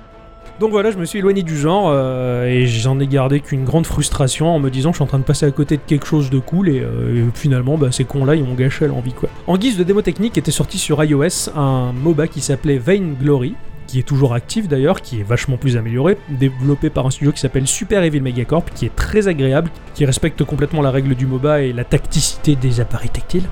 Speaker 1: Donc voilà, je me suis éloigné du genre euh, et j'en ai gardé qu'une grande frustration en me disant je suis en train de passer à côté de quelque chose de cool et, euh, et finalement bah, ces cons là ils m'ont gâché l'envie quoi. En guise de démo technique était sorti sur iOS un MOBA qui s'appelait Vainglory qui est toujours actif d'ailleurs, qui est vachement plus amélioré, développé par un studio qui s'appelle Super Evil Megacorp, qui est très agréable, qui respecte complètement la règle du MOBA et la tacticité des appareils tactiles.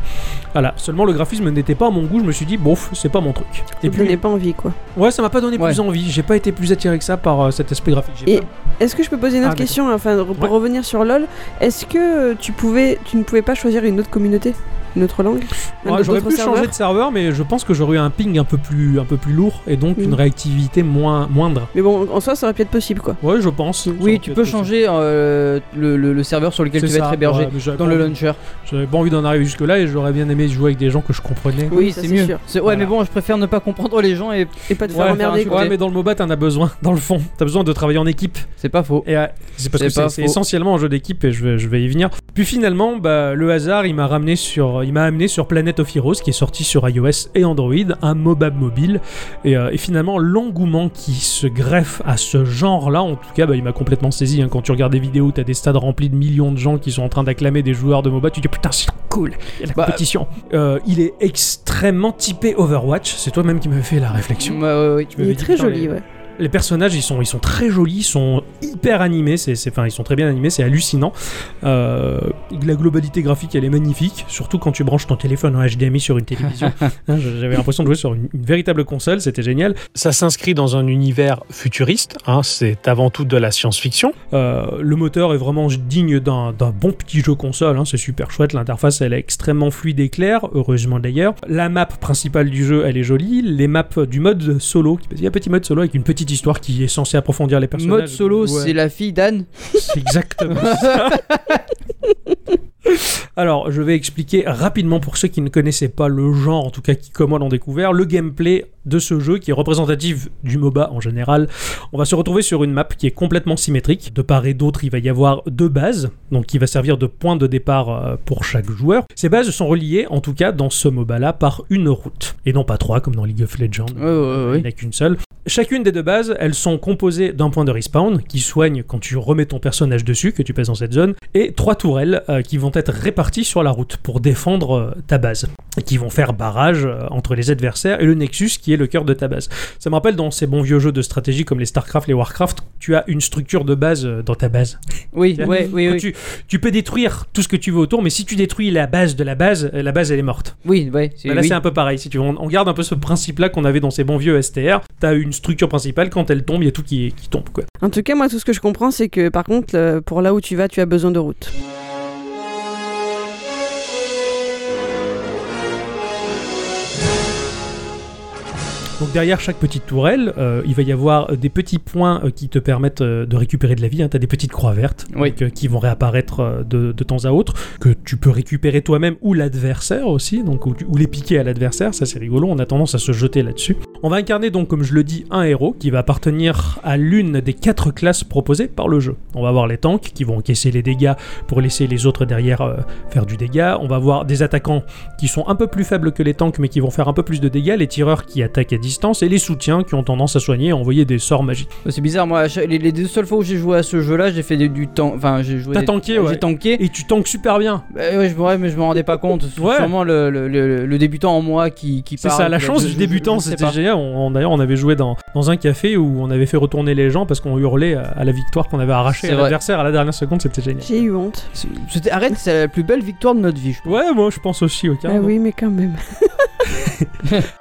Speaker 1: Voilà, seulement le graphisme n'était pas à mon goût, je me suis dit, bon, pff, c'est pas mon truc.
Speaker 3: Ça
Speaker 1: Et
Speaker 3: ne donnait
Speaker 1: puis,
Speaker 3: pas envie, quoi.
Speaker 1: ouais, ça m'a pas donné
Speaker 2: Ouais.
Speaker 1: plus envie, j'ai pas été plus attiré que ça par euh, cet aspect graphique. J'ai
Speaker 3: Et-
Speaker 1: pas-
Speaker 3: Est-ce que je peux poser une
Speaker 1: Ah,
Speaker 3: autre
Speaker 1: d'accord.
Speaker 3: question, enfin, re- pour
Speaker 1: Ouais.
Speaker 3: revenir sur LoL Est-ce que euh, tu, pouvais, tu ne pouvais pas choisir une autre communauté Une autre langue Un
Speaker 1: Ouais,
Speaker 3: autre
Speaker 1: J'aurais pu
Speaker 3: serveur
Speaker 1: changer de serveur, mais je pense que j'aurais eu un ping un peu plus, un peu plus lourd et donc
Speaker 3: Mm.
Speaker 1: une réactivité moins, moindre.
Speaker 3: Mais bon, en soi, ça aurait pu être possible, quoi.
Speaker 1: Ouais, je pense.
Speaker 2: Oui, tu peux changer euh, le, le- le serveur sur lequel tu vas être hébergé. Dans le
Speaker 1: lunch.
Speaker 2: launcher.
Speaker 1: J'avais pas envie d'en arriver jusque-là et j'aurais bien aimé jouer avec des gens que je comprenais.
Speaker 3: Oui, ça, c'est sûr.
Speaker 2: C'est- Ouais,
Speaker 1: Voilà.
Speaker 2: mais bon, je préfère ne pas comprendre les gens et
Speaker 3: Et pas te
Speaker 2: Ouais,
Speaker 3: faire
Speaker 2: faire
Speaker 3: emmerder,
Speaker 2: un
Speaker 3: quoi.
Speaker 1: Ouais, mais dans le MOBA, t'en as besoin, *laughs* dans le fond. T'as besoin de travailler en équipe.
Speaker 2: c'est pas faux.
Speaker 1: Et ouais, c'est parce
Speaker 2: C'est
Speaker 1: que
Speaker 2: pas
Speaker 1: c'est- c'est
Speaker 2: faux.
Speaker 1: essentiellement un jeu d'équipe et je vais, je vais y venir. Puis finalement, bah, le hasard, il m'a ramené sur, il m'a amené sur Planet of Heroes, qui est sorti sur iOS et Android, un MOBA mobile. Et, euh, et finalement, l'engouement qui se greffe à ce genre-là, en tout cas, bah, il m'a complètement saisi. hein. Quand tu regardes des vidéos, t'as des stades remplis de millions de gens qui sont en train d'acclamer des joueurs de MOBA. Tu te dis putain, c'est cool, il y a de la
Speaker 2: Bah,
Speaker 1: compétition. Euh, il est extrêmement typé Overwatch. C'est toi-même qui me fait la réflexion.
Speaker 2: Ouais, ouais, ouais.
Speaker 1: Tu
Speaker 3: Il
Speaker 1: m'avais
Speaker 3: est
Speaker 1: dit,
Speaker 3: très
Speaker 1: putain,
Speaker 3: joli,
Speaker 1: les-
Speaker 3: ouais.
Speaker 1: les personnages, ils sont, ils sont très jolis, ils sont hyper animés, c'est, c'est- enfin, ils sont très bien animés, c'est hallucinant. Euh, la globalité graphique, elle est magnifique, surtout quand tu branches ton téléphone en HDMI sur une
Speaker 2: *laughs*
Speaker 1: télévision. Hein, je- J'avais l'impression de jouer sur une, une véritable console, c'était génial. Ça s'inscrit dans un univers futuriste, hein, c'est avant tout de la science-fiction. Euh, le moteur est vraiment digne d'un, d'un bon petit jeu console, hein, c'est super chouette, l'interface elle est extrêmement fluide et claire, heureusement d'ailleurs. La map principale du jeu elle est jolie, les maps du mode solo, il y a un petit mode solo avec une petite histoire qui est censée approfondir les personnages.
Speaker 2: Mode solo,
Speaker 1: Ouais.
Speaker 2: c'est la fille *laughs* d'Anne.
Speaker 1: C'est
Speaker 2: *laughs*
Speaker 1: exactement ça. Alors, je vais expliquer rapidement pour ceux qui ne connaissaient pas le genre, en tout cas qui comme moi l'ont découvert, le gameplay de ce jeu qui est représentatif du MOBA en général. On va se retrouver sur une map qui est complètement symétrique. De part et d'autre, il va y avoir deux bases, donc qui va servir de point de départ euh, pour chaque joueur. Ces bases sont reliées, en tout cas dans ce MOBA-là, par une route. Et non pas trois comme dans League of Legends.
Speaker 2: Ouais, ouais, ouais,
Speaker 1: Euh, Il n'y en a qu'une seule. Chacune des deux bases, elles sont composées d'un point de respawn qui soigne quand tu remets ton personnage dessus, que tu passes dans cette zone, et trois tourelles euh, qui vont être réparties sur la route pour défendre euh, ta base, et qui vont faire barrage euh, entre les adversaires et le Nexus qui est le cœur de ta base. Ça me rappelle dans ces bons vieux jeux de stratégie comme les StarCraft, les WarCraft, tu as une structure de base euh, dans ta base.
Speaker 2: Oui,
Speaker 1: Tiens.
Speaker 2: ouais, oui,
Speaker 1: Quand
Speaker 2: oui.
Speaker 1: Tu, tu peux détruire tout ce que tu veux autour, mais si tu détruis la base de la base, euh, la base elle est morte.
Speaker 2: Oui, ouais, c'est-
Speaker 1: Bah là,
Speaker 2: oui.
Speaker 1: c'est un peu pareil. Si tu veux. On, on garde un peu ce principe-là qu'on avait dans ces bons vieux STR. T'as une structure principale, quand elle tombe, il y a tout qui, qui tombe. Quoi.
Speaker 3: En tout cas, moi, tout ce que je comprends, c'est que par contre, euh, pour là où tu vas, tu as besoin de route.
Speaker 1: Donc derrière chaque petite tourelle, euh, il va y avoir des petits points euh, qui te permettent euh, de récupérer de la vie. Hein. Tu as des petites croix vertes
Speaker 2: Oui.
Speaker 1: donc, euh, qui vont réapparaître euh, de, de temps à autre, que tu peux récupérer toi-même ou l'adversaire aussi, donc, ou, tu- ou les piquer à l'adversaire. Ça, c'est rigolo. On a tendance à se jeter là-dessus. On va incarner donc, comme je le dis, un héros qui va appartenir à l'une des quatre classes proposées par le jeu. On va avoir les tanks qui vont encaisser les dégâts pour laisser les autres derrière euh, faire du dégât. On va avoir des attaquants qui sont un peu plus faibles que les tanks mais qui vont faire un peu plus de dégâts. Les tireurs qui attaquent à distance et les soutiens qui ont tendance à soigner et à envoyer des sorts magiques.
Speaker 2: C'est bizarre, moi, à chaque- les, les deux seules fois où j'ai joué à ce jeu-là, j'ai fait des- du temps. Enfin, j'ai joué.
Speaker 1: T'as
Speaker 2: des-
Speaker 1: tanké, ouais.
Speaker 2: J'ai tanké.
Speaker 1: Et tu tanks super bien.
Speaker 2: Bah ouais, je, ouais, mais je me rendais pas compte. C'est
Speaker 1: Ouais.
Speaker 2: Sûrement le, le- le- le débutant en moi qui, qui
Speaker 1: C'est
Speaker 2: parle.
Speaker 1: ça, la
Speaker 2: Je-
Speaker 1: chance
Speaker 2: je-
Speaker 1: du
Speaker 2: je-
Speaker 1: débutant,
Speaker 2: je sais
Speaker 1: c'était
Speaker 2: pas.
Speaker 1: génial. On, on- D'ailleurs, on avait joué dans, dans un café où on avait fait retourner les gens parce qu'on hurlait à, à la victoire qu'on avait arrachée
Speaker 2: C'est
Speaker 1: à
Speaker 2: vrai.
Speaker 1: l'adversaire à la dernière seconde, c'était génial.
Speaker 3: J'ai eu honte.
Speaker 2: C'est- c'était- Arrête, c'est la plus belle victoire de notre vie, je pense.
Speaker 1: Ouais, moi je pense aussi au
Speaker 3: Ah
Speaker 1: carrément.
Speaker 3: oui, mais quand même.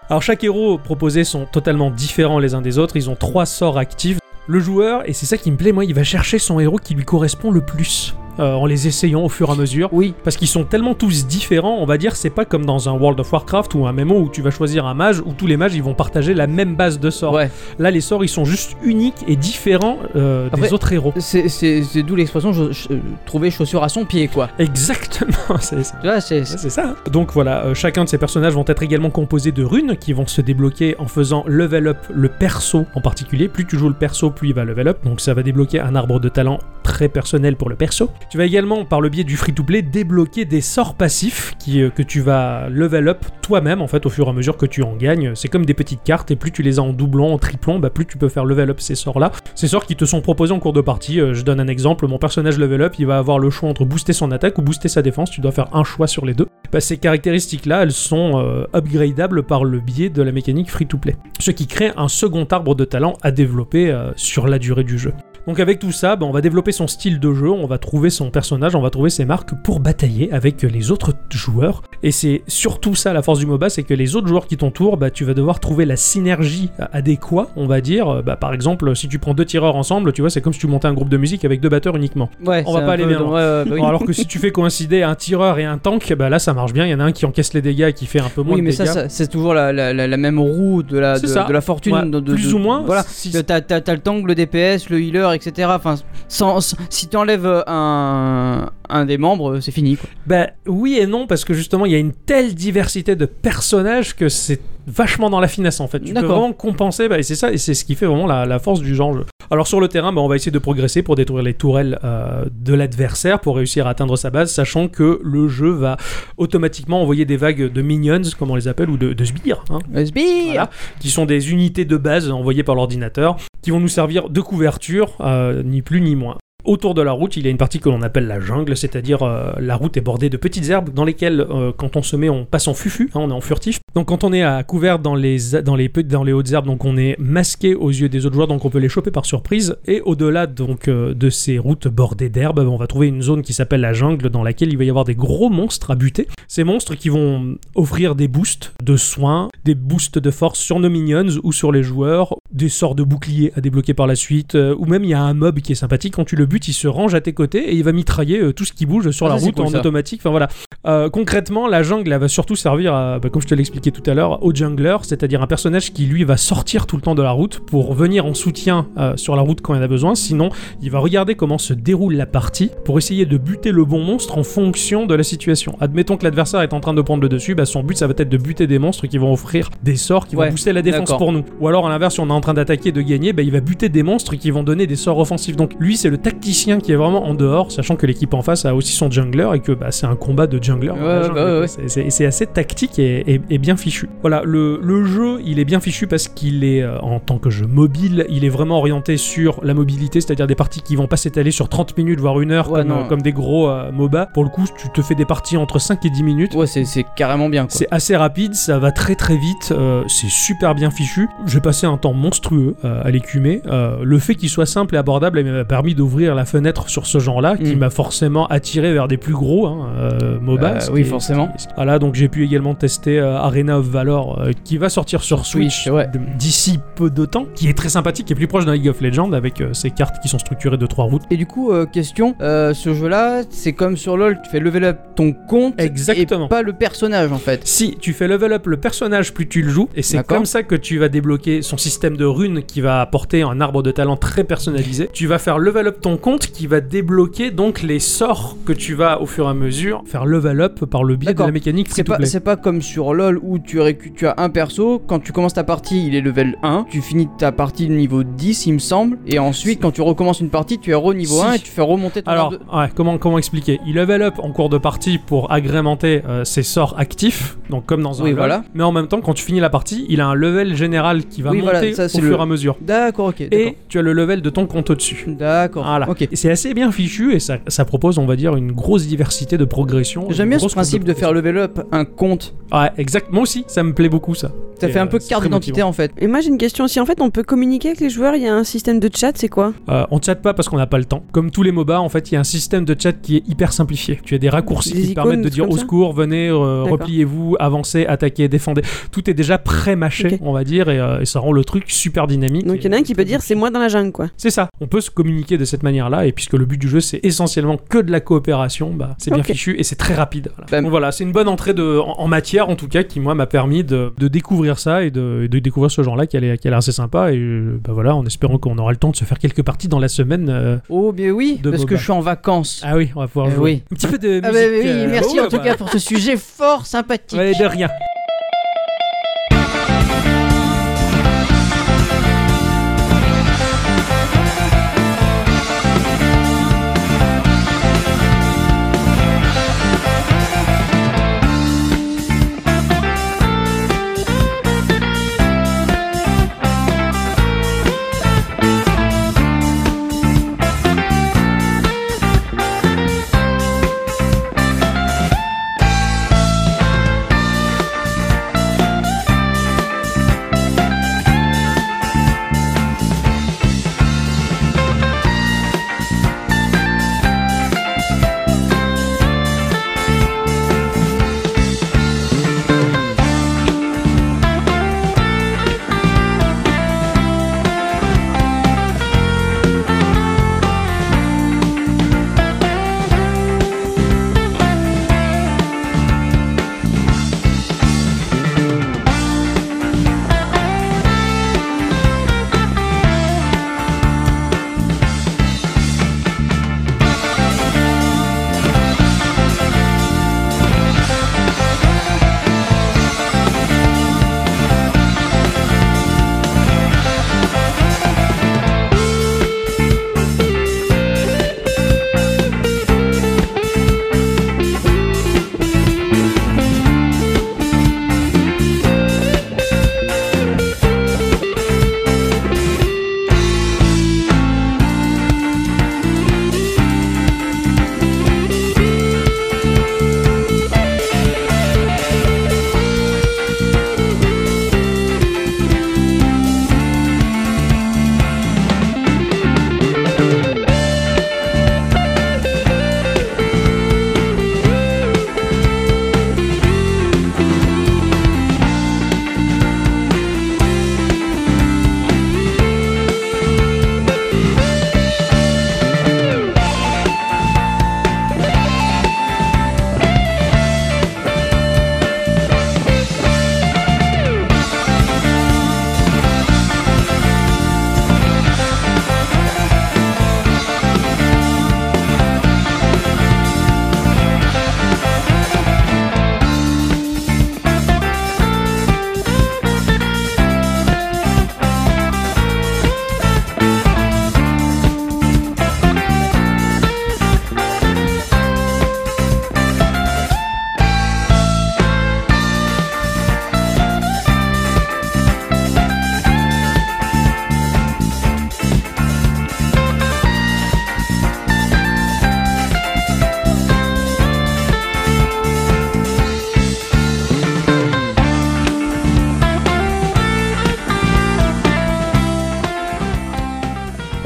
Speaker 1: Alors chaque héros proposé sont totalement différents les uns des autres, ils ont trois sorts actifs. Le joueur, et c'est ça qui me plaît, moi, il va chercher son héros qui lui correspond le plus euh, en les essayant au fur et à mesure.
Speaker 2: Oui.
Speaker 1: Parce qu'ils sont tellement tous différents, on va dire, c'est pas comme dans un World of Warcraft ou un MMO où tu vas choisir un mage où tous les mages ils vont partager la même base de sorts.
Speaker 2: Ouais.
Speaker 1: Là, les sorts ils sont juste uniques et différents euh,
Speaker 2: Après-
Speaker 1: des autres héros. *laughs*
Speaker 2: C'est- C'est c'est d'où l'expression je- je- euh, trouver chaussure à son pied, quoi.
Speaker 1: Exactement, *laughs* c'est ça.
Speaker 2: Tu vois, c'est. c'est-
Speaker 1: C'est ça. Donc voilà, euh, chacun de ces personnages vont être également composés de runes qui vont se débloquer en faisant level up le perso en particulier. Plus tu joues le perso, plus il va level up. Donc ça va débloquer un arbre de talent très personnel pour le perso. Tu vas également, par le biais du free-to-play, débloquer des sorts passifs qui, euh, que tu vas level up toi-même en fait au fur et à mesure que tu en gagnes. C'est comme des petites cartes et plus tu les as en doublant, en triplant, bah, plus tu peux faire level up ces sorts-là. Ces sorts qui te sont proposés en cours de partie. euh, je donne un exemple, mon personnage level up, il va avoir le choix entre booster son attaque ou booster sa défense. Tu dois faire un choix sur les deux. Bah, ces caractéristiques-là, elles sont euh, upgradables par le biais de la mécanique free-to-play. Ce qui crée un second arbre de talent à développer euh, sur la durée du jeu. Donc avec tout ça, bah, on va développer son style de jeu, on va trouver son personnage, on va trouver ses marques pour batailler avec les autres joueurs. Et c'est surtout ça la force du MOBA, c'est que les autres joueurs qui t'entourent, bah, tu vas devoir trouver la synergie adéquate, on va dire. Euh, Bah, par exemple, si tu prends deux tireurs ensemble, tu vois, c'est comme si tu montais un groupe de musique avec deux batteurs uniquement.
Speaker 2: Ouais,
Speaker 1: On va
Speaker 2: c'est
Speaker 1: pas
Speaker 2: un
Speaker 1: aller
Speaker 2: peu
Speaker 1: bien
Speaker 2: dans-
Speaker 1: loin.
Speaker 2: ouais, ouais, bah oui.
Speaker 1: Bon, alors que si tu fais coïncider un tireur et un tank, bah là ça marche bien. Il y en a un qui encaisse les dégâts et qui fait un peu moins
Speaker 2: Oui,
Speaker 1: de
Speaker 2: mais
Speaker 1: dégâts.
Speaker 2: ça, ça- c'est toujours la, la- la- la même roue de la,
Speaker 1: C'est
Speaker 2: de,
Speaker 1: ça.
Speaker 2: de la fortune.
Speaker 1: Ouais,
Speaker 2: de, de-
Speaker 1: plus
Speaker 2: de-
Speaker 1: ou moins.
Speaker 2: Voilà.
Speaker 1: si-
Speaker 2: T'as t'as- t'as le tank, le DPS, le healer, etc. Enfin, sans, sans- si t'enlèves euh, un, un des membres, c'est fini. Quoi.
Speaker 1: Bah oui et non parce que justement il y a une telle diversité de personnages que c'est vachement dans la finesse en fait. Tu peux
Speaker 2: D'accord.
Speaker 1: vraiment compenser bah, et c'est ça et c'est ce qui fait vraiment la, la force du genre. Alors sur le terrain, bah, on va essayer de progresser pour détruire les tourelles euh, de l'adversaire pour réussir à atteindre sa base, sachant que le jeu va automatiquement envoyer des vagues de minions comme on les appelle ou de, de sbires. hein,
Speaker 2: Le sbire
Speaker 1: Voilà, qui sont des unités de base envoyées par l'ordinateur, qui vont nous servir de couverture, euh, ni plus ni moins. Autour de la route, il y a une partie que l'on appelle la jungle, c'est-à-dire euh, la route est bordée de petites herbes dans lesquelles, euh, quand on se met, on passe en fufu, hein, on est en furtif. Donc quand on est à couvert dans les, dans, les, pe- dans les hautes herbes, donc on est masqué aux yeux des autres joueurs, donc on peut les choper par surprise. Et au-delà donc euh, de ces routes bordées d'herbes, on va trouver une zone qui s'appelle la jungle, dans laquelle il va y avoir des gros monstres à buter. Ces monstres qui vont offrir des boosts de soins, des boosts de force sur nos minions ou sur les joueurs, des sorts de boucliers à débloquer par la suite, euh, ou même il y a un mob qui est sympathique, quand tu le butes, il se range à tes côtés et il va mitrailler euh, tout ce qui bouge sur
Speaker 2: Ah,
Speaker 1: la
Speaker 2: ça, c'est
Speaker 1: route
Speaker 2: cool,
Speaker 1: en
Speaker 2: ça.
Speaker 1: automatique. Enfin voilà. Euh, concrètement, la jungle elle va surtout servir, à, bah, comme je te l'expliquais tout à l'heure, au jungler, c'est-à-dire un personnage qui lui va sortir tout le temps de la route pour venir en soutien euh, sur la route quand il y en a besoin, sinon il va regarder comment se déroule la partie pour essayer de buter le bon monstre en fonction de la situation. Admettons que l'adversaire est en train de prendre le dessus, bah son but ça va être de buter des monstres qui vont offrir des sorts qui
Speaker 2: Ouais,
Speaker 1: vont booster la défense
Speaker 2: d'accord.
Speaker 1: pour nous. Ou alors à l'inverse, si on est en train d'attaquer et de gagner, bah il va buter des monstres qui vont donner des sorts offensifs. Donc lui c'est le tacticien qui est vraiment en dehors, sachant que l'équipe en face a aussi son jungler et que bah, c'est un combat de jungler.
Speaker 2: Ouais,
Speaker 1: dans la
Speaker 2: ouais,
Speaker 1: jungle,
Speaker 2: bah ouais,
Speaker 1: quoi.
Speaker 2: ouais.
Speaker 1: C'est- C'est c'est assez tactique et, et- et bien fichu. Voilà, le, le jeu, il est bien fichu parce qu'il est, euh, en tant que jeu mobile, il est vraiment orienté sur la mobilité, c'est-à-dire des parties qui vont pas s'étaler sur 30 minutes, voire une heure,
Speaker 2: Ouais,
Speaker 1: comme,
Speaker 2: non.
Speaker 1: euh, comme des gros euh, MOBA. Pour le coup, tu te fais des parties entre 5 et 10 minutes.
Speaker 2: Ouais, c'est c'est carrément bien. Quoi.
Speaker 1: C'est assez rapide, ça va très très vite, euh, c'est super bien fichu. J'ai passé un temps monstrueux euh, à l'écumer. Euh, le fait qu'il soit simple et abordable m'a permis d'ouvrir ouvrir la fenêtre sur ce genre-là, qui
Speaker 2: Mm.
Speaker 1: m'a forcément attiré vers des plus gros hein, euh, MOBA.
Speaker 2: Euh,
Speaker 1: ce qui
Speaker 2: oui,
Speaker 1: est-
Speaker 2: forcément.
Speaker 1: ce qui est- Voilà, donc j'ai pu également tester euh, Arena of Valor, euh, qui va sortir sur Switch
Speaker 2: Switch, ouais.
Speaker 1: d- d'ici peu de temps, qui est très sympathique, qui est plus proche d'un League of Legends, avec euh, ses cartes qui sont structurées de trois routes.
Speaker 2: Et du coup, euh, question, euh, ce jeu-là, c'est comme sur LoL, tu fais level up ton compte
Speaker 1: Exactement.
Speaker 2: et pas le personnage en fait.
Speaker 1: Si tu fais level up le personnage, plus tu le joues, et c'est
Speaker 2: D'accord.
Speaker 1: comme ça que tu vas débloquer son système de runes qui va apporter un arbre de talent très personnalisé. Tu vas faire level up ton compte qui va débloquer donc les sorts que tu vas au fur et à mesure faire level up par le biais de
Speaker 2: D'accord.
Speaker 1: la mécanique
Speaker 2: C'est
Speaker 1: free to
Speaker 2: pas,
Speaker 1: play.
Speaker 2: c'est pas comme sur LoL où tu, récu- tu as un perso, quand tu commences ta partie il est level 1, tu finis ta partie de niveau 10 il me semble, et ensuite quand tu recommences une partie tu es au niveau
Speaker 1: Si.
Speaker 2: 1 et tu fais remonter ton
Speaker 1: Alors,
Speaker 2: arbre de-
Speaker 1: ouais, comment, comment expliquer Il level up en cours de partie pour agrémenter euh, ses sorts actifs, donc comme dans un
Speaker 2: Oui,
Speaker 1: LoL.
Speaker 2: voilà.
Speaker 1: Mais en même temps, quand tu finis la partie, il a un level général qui va
Speaker 2: Oui,
Speaker 1: monter
Speaker 2: voilà, ça,
Speaker 1: au
Speaker 2: c'est
Speaker 1: fur
Speaker 2: le-
Speaker 1: et à mesure.
Speaker 2: D'accord, ok.
Speaker 1: Et tu as le level de ton compte au-dessus.
Speaker 2: d'accord. D'accord.
Speaker 1: Voilà.
Speaker 2: Ok.
Speaker 1: Et C'est assez bien fichu et ça, ça propose, on va dire, une grosse diversité de progression.
Speaker 2: J'aime
Speaker 1: une
Speaker 2: bien ce
Speaker 1: grosse courbe
Speaker 2: principe de faire
Speaker 1: progression.
Speaker 2: level up un compte.
Speaker 1: Ouais, exact. Moi aussi, ça me plaît beaucoup ça.
Speaker 2: Ça
Speaker 1: Et,
Speaker 2: fait un peu
Speaker 1: euh, c'est
Speaker 2: carte
Speaker 1: très
Speaker 2: d'identité en fait.
Speaker 3: Et moi j'ai une question aussi. En fait, on peut communiquer avec les joueurs. Il y a un système de chat, c'est quoi
Speaker 1: Euh, on chatte pas parce qu'on n'a pas le temps. Comme tous les MOBA, en fait, il y a un système de chat qui est hyper simplifié. Tu as des raccourcis
Speaker 3: Des
Speaker 1: qui te
Speaker 3: icônes,
Speaker 1: permettent de
Speaker 3: des trucs
Speaker 1: dire
Speaker 3: comme
Speaker 1: au
Speaker 3: ça
Speaker 1: secours, venez, euh,
Speaker 3: D'accord.
Speaker 1: repliez-vous, avancez, attaquez, défendez. Tout est déjà pré-mâché,
Speaker 3: Ok.
Speaker 1: on va dire, et, euh, et ça rend le truc super dynamique.
Speaker 3: Donc il y en a un qui peut dire c'est moi dans la jungle, quoi.
Speaker 1: C'est ça, on peut se communiquer de cette manière-là, et puisque le but du jeu c'est essentiellement que de la coopération, bah, c'est bien
Speaker 3: Ok.
Speaker 1: fichu et c'est très rapide. Voilà.
Speaker 2: Bah,
Speaker 1: Donc voilà, c'est une bonne entrée de, en, en matière en tout cas qui moi m'a permis de, de découvrir ça et de, et de découvrir ce genre-là qui a l'air qui a l'air assez sympa, et euh, bah voilà, en espérant qu'on aura le temps de se faire quelques parties dans la semaine. euh.
Speaker 2: Oh, bien oui,
Speaker 1: De
Speaker 2: parce que
Speaker 1: Boba.
Speaker 2: je suis en vacances.
Speaker 1: Ah oui, on va pouvoir
Speaker 2: Euh,
Speaker 1: jouer.
Speaker 2: oui.
Speaker 1: Un petit peu de musique.
Speaker 2: Ah bah oui,
Speaker 1: euh,
Speaker 2: merci
Speaker 1: ouais,
Speaker 2: en tout
Speaker 1: bah.
Speaker 2: cas pour ce sujet fort sympathique.
Speaker 1: Ouais, de rien.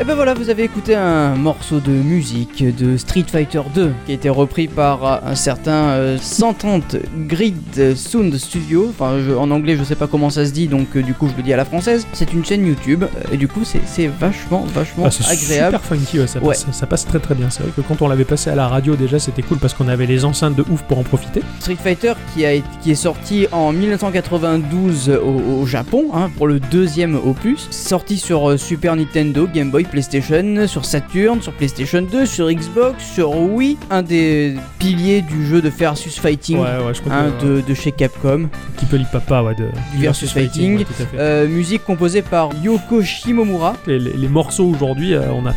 Speaker 2: Et ben voilà, vous avez écouté un morceau de musique de Street Fighter 2 qui a été repris par un certain euh, 130 Grid Sound Studio. Enfin, je- en anglais, je sais pas comment ça se dit, donc euh, du coup, je le dis à la française. C'est une chaîne YouTube euh, et du coup, c'est c'est vachement, vachement
Speaker 1: Ah, c'est
Speaker 2: agréable.
Speaker 1: super funky, ouais, ça,
Speaker 2: Ouais.
Speaker 1: Passe, ça passe très très bien. C'est vrai que quand on l'avait passé à la radio déjà, c'était cool parce qu'on avait les enceintes de ouf pour en profiter.
Speaker 2: Street Fighter qui, a, été- qui est sorti en 1992 au, au Japon hein, pour le deuxième opus, sorti sur euh, Super Nintendo, Game Boy, PlayStation, sur Saturn, sur PlayStation 2, sur Xbox, sur Wii, un des piliers du jeu de versus fighting
Speaker 1: Ouais, ouais, je crois
Speaker 2: hein,
Speaker 1: que,
Speaker 2: de, de chez Capcom.
Speaker 1: Un petit peu les papas, ouais, de
Speaker 2: Du versus fighting,
Speaker 1: ouais, tout à fait.
Speaker 2: Euh, musique composée par Yoko Shimomura.
Speaker 1: les, les- les morceaux aujourd'hui, euh, on a,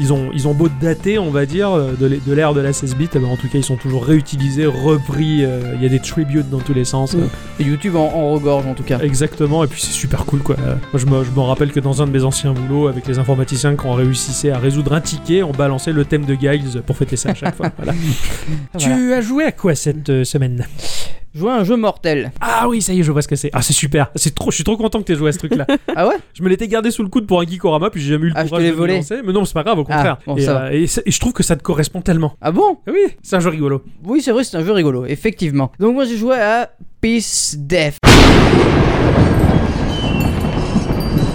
Speaker 1: ils ont, ils ont beau dater, on va dire, euh, de l'é- de l'ère de la 16 bits, eh ben, en tout cas, ils sont toujours réutilisés, repris. euh, Il y a des tributes dans tous les sens.
Speaker 2: Oui. YouTube en, en regorge en tout cas.
Speaker 1: Exactement, et puis c'est super cool quoi. Euh, Moi je me, je me rappelle que dans un de mes anciens boulots avec les informaticiens, quand on réussissait à résoudre un ticket, on balançait le thème de Guiles pour fêter ça à chaque
Speaker 2: *laughs*
Speaker 1: fois. Voilà.
Speaker 2: Voilà.
Speaker 1: Tu as joué à quoi cette euh, semaine
Speaker 2: Jouer à un jeu mortel.
Speaker 1: Ah oui, ça y est, je vois ce que c'est. Ah c'est super, c'est trop, je suis trop content que tu aies joué à ce truc là.
Speaker 2: *laughs* Ah ouais
Speaker 1: je me l'étais gardé sous le coude pour un Geekorama, puis j'ai jamais eu le
Speaker 2: Ah, je te
Speaker 1: courage
Speaker 2: l'ai
Speaker 1: de le
Speaker 2: volé. Ah,
Speaker 1: lancer. Mais non, c'est pas grave, au contraire.
Speaker 2: bon,
Speaker 1: et,
Speaker 2: ça
Speaker 1: euh, et c'est- et je trouve que ça te correspond tellement.
Speaker 2: Ah bon
Speaker 1: Ah Oui, c'est un jeu rigolo.
Speaker 2: Oui, c'est vrai, c'est un jeu rigolo, effectivement. Donc moi j'ai joué à Peace Death.